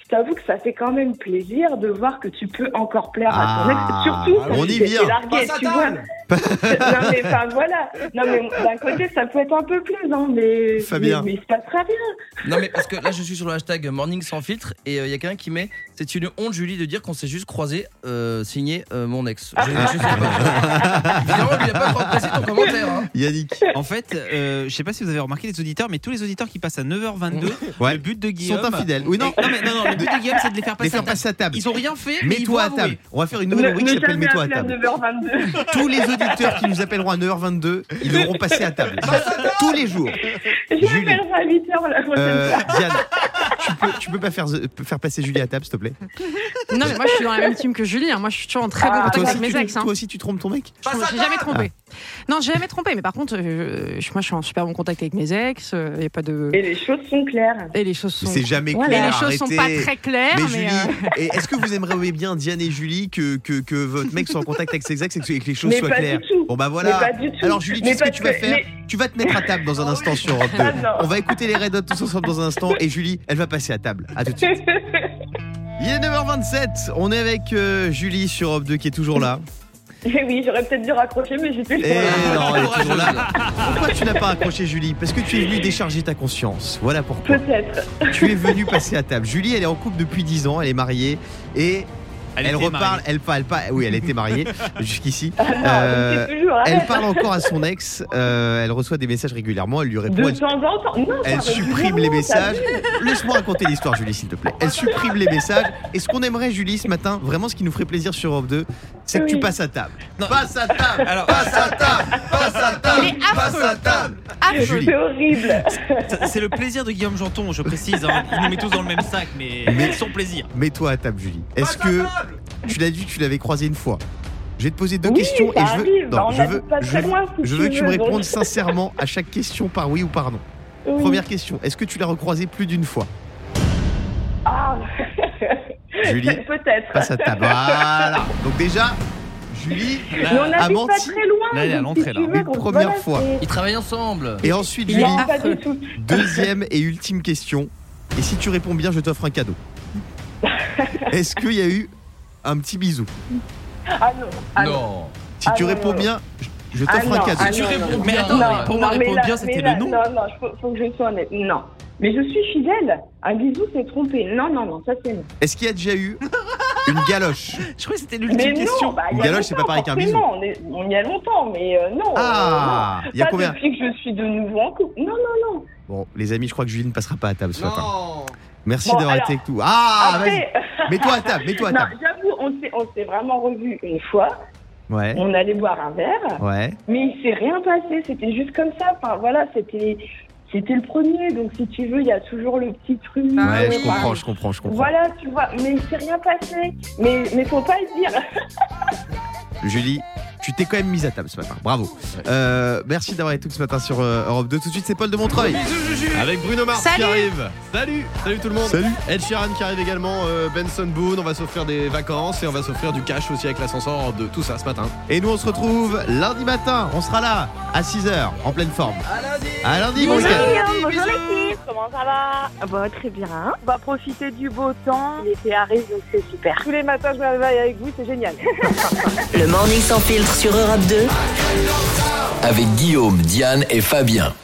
Speaker 11: je t'avoue que ça fait quand même plaisir de voir que tu peux encore plaire
Speaker 3: Ah,
Speaker 11: à ton ex, bah, surtout quand
Speaker 3: on
Speaker 11: tu
Speaker 3: y
Speaker 11: t'es
Speaker 3: vient.
Speaker 11: fait larguer,
Speaker 3: Passe à
Speaker 11: tu vois.
Speaker 3: table.
Speaker 11: non, mais enfin, voilà. Non, mais d'un côté, ça peut être un peu plaisant, mais.
Speaker 2: Fabien.
Speaker 11: Mais, mais ça passera bien.
Speaker 2: Non mais parce que là je suis sur le hashtag Morning sans filtre et il y a quelqu'un qui met c'est une honte Julie de dire qu'on s'est juste croisé euh, signé euh, mon ex. Je, je sais pas. Évidemment, il a pas encore passé ton commentaire. hein.
Speaker 3: Yannick.
Speaker 4: En fait, euh, je sais pas si vous avez remarqué les auditeurs, mais tous les auditeurs qui passent à 9h22, le but de Guillaume.
Speaker 3: infidèles. Oui, non.
Speaker 4: mais, non, non, le but de Guillaume, c'est de les faire passer,
Speaker 3: Les faire passer à table.
Speaker 4: Ils ont rien fait. mais ils vont
Speaker 3: Mets-toi à
Speaker 4: avouer.
Speaker 3: table. On va faire une nouvelle rubrique qui s'appelle Mets-toi à table.
Speaker 11: 9h22.
Speaker 3: Tous les auditeurs qui nous appelleront à 9h22, ils devront passer à table.
Speaker 11: Bah,
Speaker 3: Tous les jours.
Speaker 11: J'appellerai à 8h la prochaine
Speaker 3: Euh,
Speaker 11: fois.
Speaker 3: Diane, tu peux, tu peux pas faire, euh, faire passer Julie à table, s'il te plaît
Speaker 5: Ah, Non, mais moi, je suis dans la même team que Julie. hein. Moi, je suis toujours en très bon
Speaker 3: Ah,
Speaker 5: contact
Speaker 3: toi
Speaker 5: avec
Speaker 3: aussi,
Speaker 5: mes
Speaker 3: tu-
Speaker 5: ex. hein.
Speaker 3: toi aussi, tu trompes ton mec
Speaker 5: Je me suis jamais trompée. Non, j'ai jamais trompé. Mais par contre, euh, je- moi, je suis en super bon contact avec mes ex. Il a pas de.
Speaker 11: Et les choses sont claires.
Speaker 5: Et les choses sont.
Speaker 3: C'est jamais clair.
Speaker 5: Et les choses sont pas
Speaker 3: arrêtez.
Speaker 5: très claires.
Speaker 3: Mais
Speaker 5: Mais,
Speaker 3: Julie,
Speaker 5: euh,
Speaker 3: et est-ce que vous aimeriez bien, Diane et Julie, que, que, que votre mec soit en contact avec ses ex et que, et que les choses
Speaker 11: Mais
Speaker 3: soient
Speaker 11: pas du
Speaker 3: claires
Speaker 11: tout.
Speaker 3: Bon bah voilà.
Speaker 11: Mais pas du tout.
Speaker 3: Alors Julie, tu
Speaker 11: Mais
Speaker 3: sais ce que
Speaker 11: pas
Speaker 3: tu
Speaker 11: que-
Speaker 3: vas faire
Speaker 11: mais-
Speaker 3: Tu vas te mettre à table dans un instant sur Europe 2.
Speaker 11: Ah non.
Speaker 3: On va écouter les Red Hot tous ensemble dans un instant et Julie, elle va passer à table. À tout de suite. Il est 9h27, on est avec euh, Julie sur Europe 2 qui est toujours là.
Speaker 11: Eh oui, j'aurais peut-être dû raccrocher, mais j'étais
Speaker 3: Et non, elle est toujours là. Pourquoi tu n'as pas accroché Julie Parce que tu es venue décharger ta conscience. Voilà pourquoi.
Speaker 11: Peut-être.
Speaker 3: Tu es venue passer à table. Julie, elle est en couple depuis 10 ans, elle est mariée et elle,
Speaker 4: était
Speaker 3: reparle,
Speaker 4: mariée.
Speaker 3: elle parle pas. Oui, elle était mariée jusqu'ici.
Speaker 11: Ah
Speaker 3: Euh,
Speaker 11: je sais toujours,
Speaker 3: elle
Speaker 11: arrête.
Speaker 3: parle encore à son ex, euh, elle reçoit des messages régulièrement, elle lui
Speaker 11: De
Speaker 3: répond. elle-
Speaker 11: temps en temps. Non,
Speaker 3: elle
Speaker 11: ça arrive
Speaker 3: supprime les
Speaker 11: vraiment, ça
Speaker 3: messages.
Speaker 11: arrive.
Speaker 3: Laisse-moi raconter l'histoire, Julie, s'il te plaît. Elle supprime les messages. Et ce qu'on aimerait, Julie, ce matin, vraiment ce qui nous ferait plaisir sur Europe 2, c'est que tu
Speaker 11: Oui.
Speaker 3: passes à table.
Speaker 2: Non.
Speaker 3: Passe à table
Speaker 2: Alors-
Speaker 3: Passe à table Passe à table Passe à table Julie.
Speaker 11: C'est horrible.
Speaker 4: Ça, C'est le plaisir de Guillaume Janton, je précise. hein. Il nous met tous dans le même sac, mais,
Speaker 3: Mais-
Speaker 4: son plaisir.
Speaker 3: Mets-toi à table, Julie. Est-ce que tu l'as dit, que tu l'avais croisé une fois Je vais te poser deux
Speaker 11: Oui,
Speaker 3: questions
Speaker 11: ça
Speaker 3: et je veux,
Speaker 11: arrive. Bah, on
Speaker 3: je
Speaker 11: habite
Speaker 3: veux,
Speaker 11: pas
Speaker 3: je
Speaker 11: très
Speaker 3: veux-
Speaker 11: loin, si
Speaker 3: je
Speaker 11: tu
Speaker 3: veux que tu me
Speaker 11: veux, donc.
Speaker 3: répondes sincèrement à chaque question par oui ou par non.
Speaker 11: Oui.
Speaker 3: Première question, est-ce que tu l'as recroisé plus d'une fois
Speaker 11: Ah
Speaker 3: Julie,
Speaker 11: Peut-être.
Speaker 3: passe à table. Voilà. Donc déjà, Julie
Speaker 11: Mais on
Speaker 3: a
Speaker 11: n'habite
Speaker 3: menti.
Speaker 11: pas très loin, Là, elle est à donc l'entrée, si là. tu veux
Speaker 3: Une
Speaker 11: qu'on-
Speaker 3: première
Speaker 11: voilà,
Speaker 3: fois.
Speaker 11: c'est-
Speaker 2: Ils travaillent ensemble.
Speaker 3: Et ensuite,
Speaker 11: Non,
Speaker 3: Julie,
Speaker 11: pas du tout.
Speaker 3: deuxième et ultime question. Et si tu réponds bien, je t'offre un cadeau. Est-ce qu'il y a eu un petit bisou
Speaker 11: Ah non. ah
Speaker 3: Si
Speaker 11: Ah
Speaker 3: tu
Speaker 11: non, non,
Speaker 3: réponds
Speaker 11: non.
Speaker 3: bien, je- je
Speaker 11: Ah
Speaker 3: t'offre un
Speaker 11: non,
Speaker 3: cadeau.
Speaker 11: ah non, non, non, non, non, mais là- mais là- Non, non, faut, faut que je sois honnête. Non. Mais je suis fidèle. Un bisou, c'est trompé. Non, non, non, ça c'est non.
Speaker 3: Est-ce qu'il y a déjà eu une galoche
Speaker 4: Je crois que c'était
Speaker 11: Mais non, bah, il
Speaker 3: Une
Speaker 11: y a
Speaker 3: galoche, c'est pas
Speaker 11: longtemps,
Speaker 3: pareil qu'un bisou.
Speaker 11: forcément, On, est- on y a longtemps, mais euh, non.
Speaker 3: Ah,
Speaker 11: euh, non.
Speaker 3: il y a
Speaker 11: Pas
Speaker 3: combien
Speaker 11: depuis que je suis de nouveau en couple. Non, non, non.
Speaker 3: Bon, les amis, je crois que Julie ne passera pas à table ce matin. Merci
Speaker 11: Bon,
Speaker 3: d'avoir
Speaker 11: alors,
Speaker 3: été avec nous. Ah,
Speaker 11: après-
Speaker 3: vas-y. Mets-toi à table, mets-toi à
Speaker 11: Non,
Speaker 3: table.
Speaker 11: J'avoue, on s'est- on s'est vraiment revus une fois.
Speaker 3: Ouais.
Speaker 11: On allait boire un verre.
Speaker 3: Ouais.
Speaker 11: Mais il s'est rien passé, c'était juste comme ça. Enfin voilà, c'était c'était le premier, donc si tu veux, il y a toujours le petit truc.
Speaker 5: Ah
Speaker 3: ouais, je
Speaker 11: Enfin,
Speaker 3: comprends, je comprends, je comprends.
Speaker 11: Ah bah, Voilà, tu vois, mais il s'est rien passé. Mais mais faut pas le dire.
Speaker 3: Julie, tu t'es quand même mise à table ce matin. Bravo. Euh, merci d'avoir été tout ce matin sur euh, Europe 2. Tout de suite, c'est Paul de Montreuil.
Speaker 12: Avec Bruno Mars
Speaker 3: Salut.
Speaker 12: qui arrive. Salut, salut tout le monde.
Speaker 3: Salut.
Speaker 12: Ed Sheeran qui arrive également. euh, Benson Boone. On va s'offrir des vacances et on va s'offrir du cash aussi avec l'ascenseur de tout ça ce matin.
Speaker 3: Et nous, on se retrouve lundi matin. On sera là à 6h, en pleine forme. À lundi. À lundi, bon
Speaker 13: Bonjour
Speaker 3: week-end.
Speaker 13: Guillaume, bonjour l'équipe Comment ça va Bah très bien. Bah profitez du beau temps, l'été arrive donc c'est super. Tous les matins je me réveille avec vous, c'est génial.
Speaker 8: Le morning sans filtre sur Europe 2. Avec Guillaume, Diane et Fabien.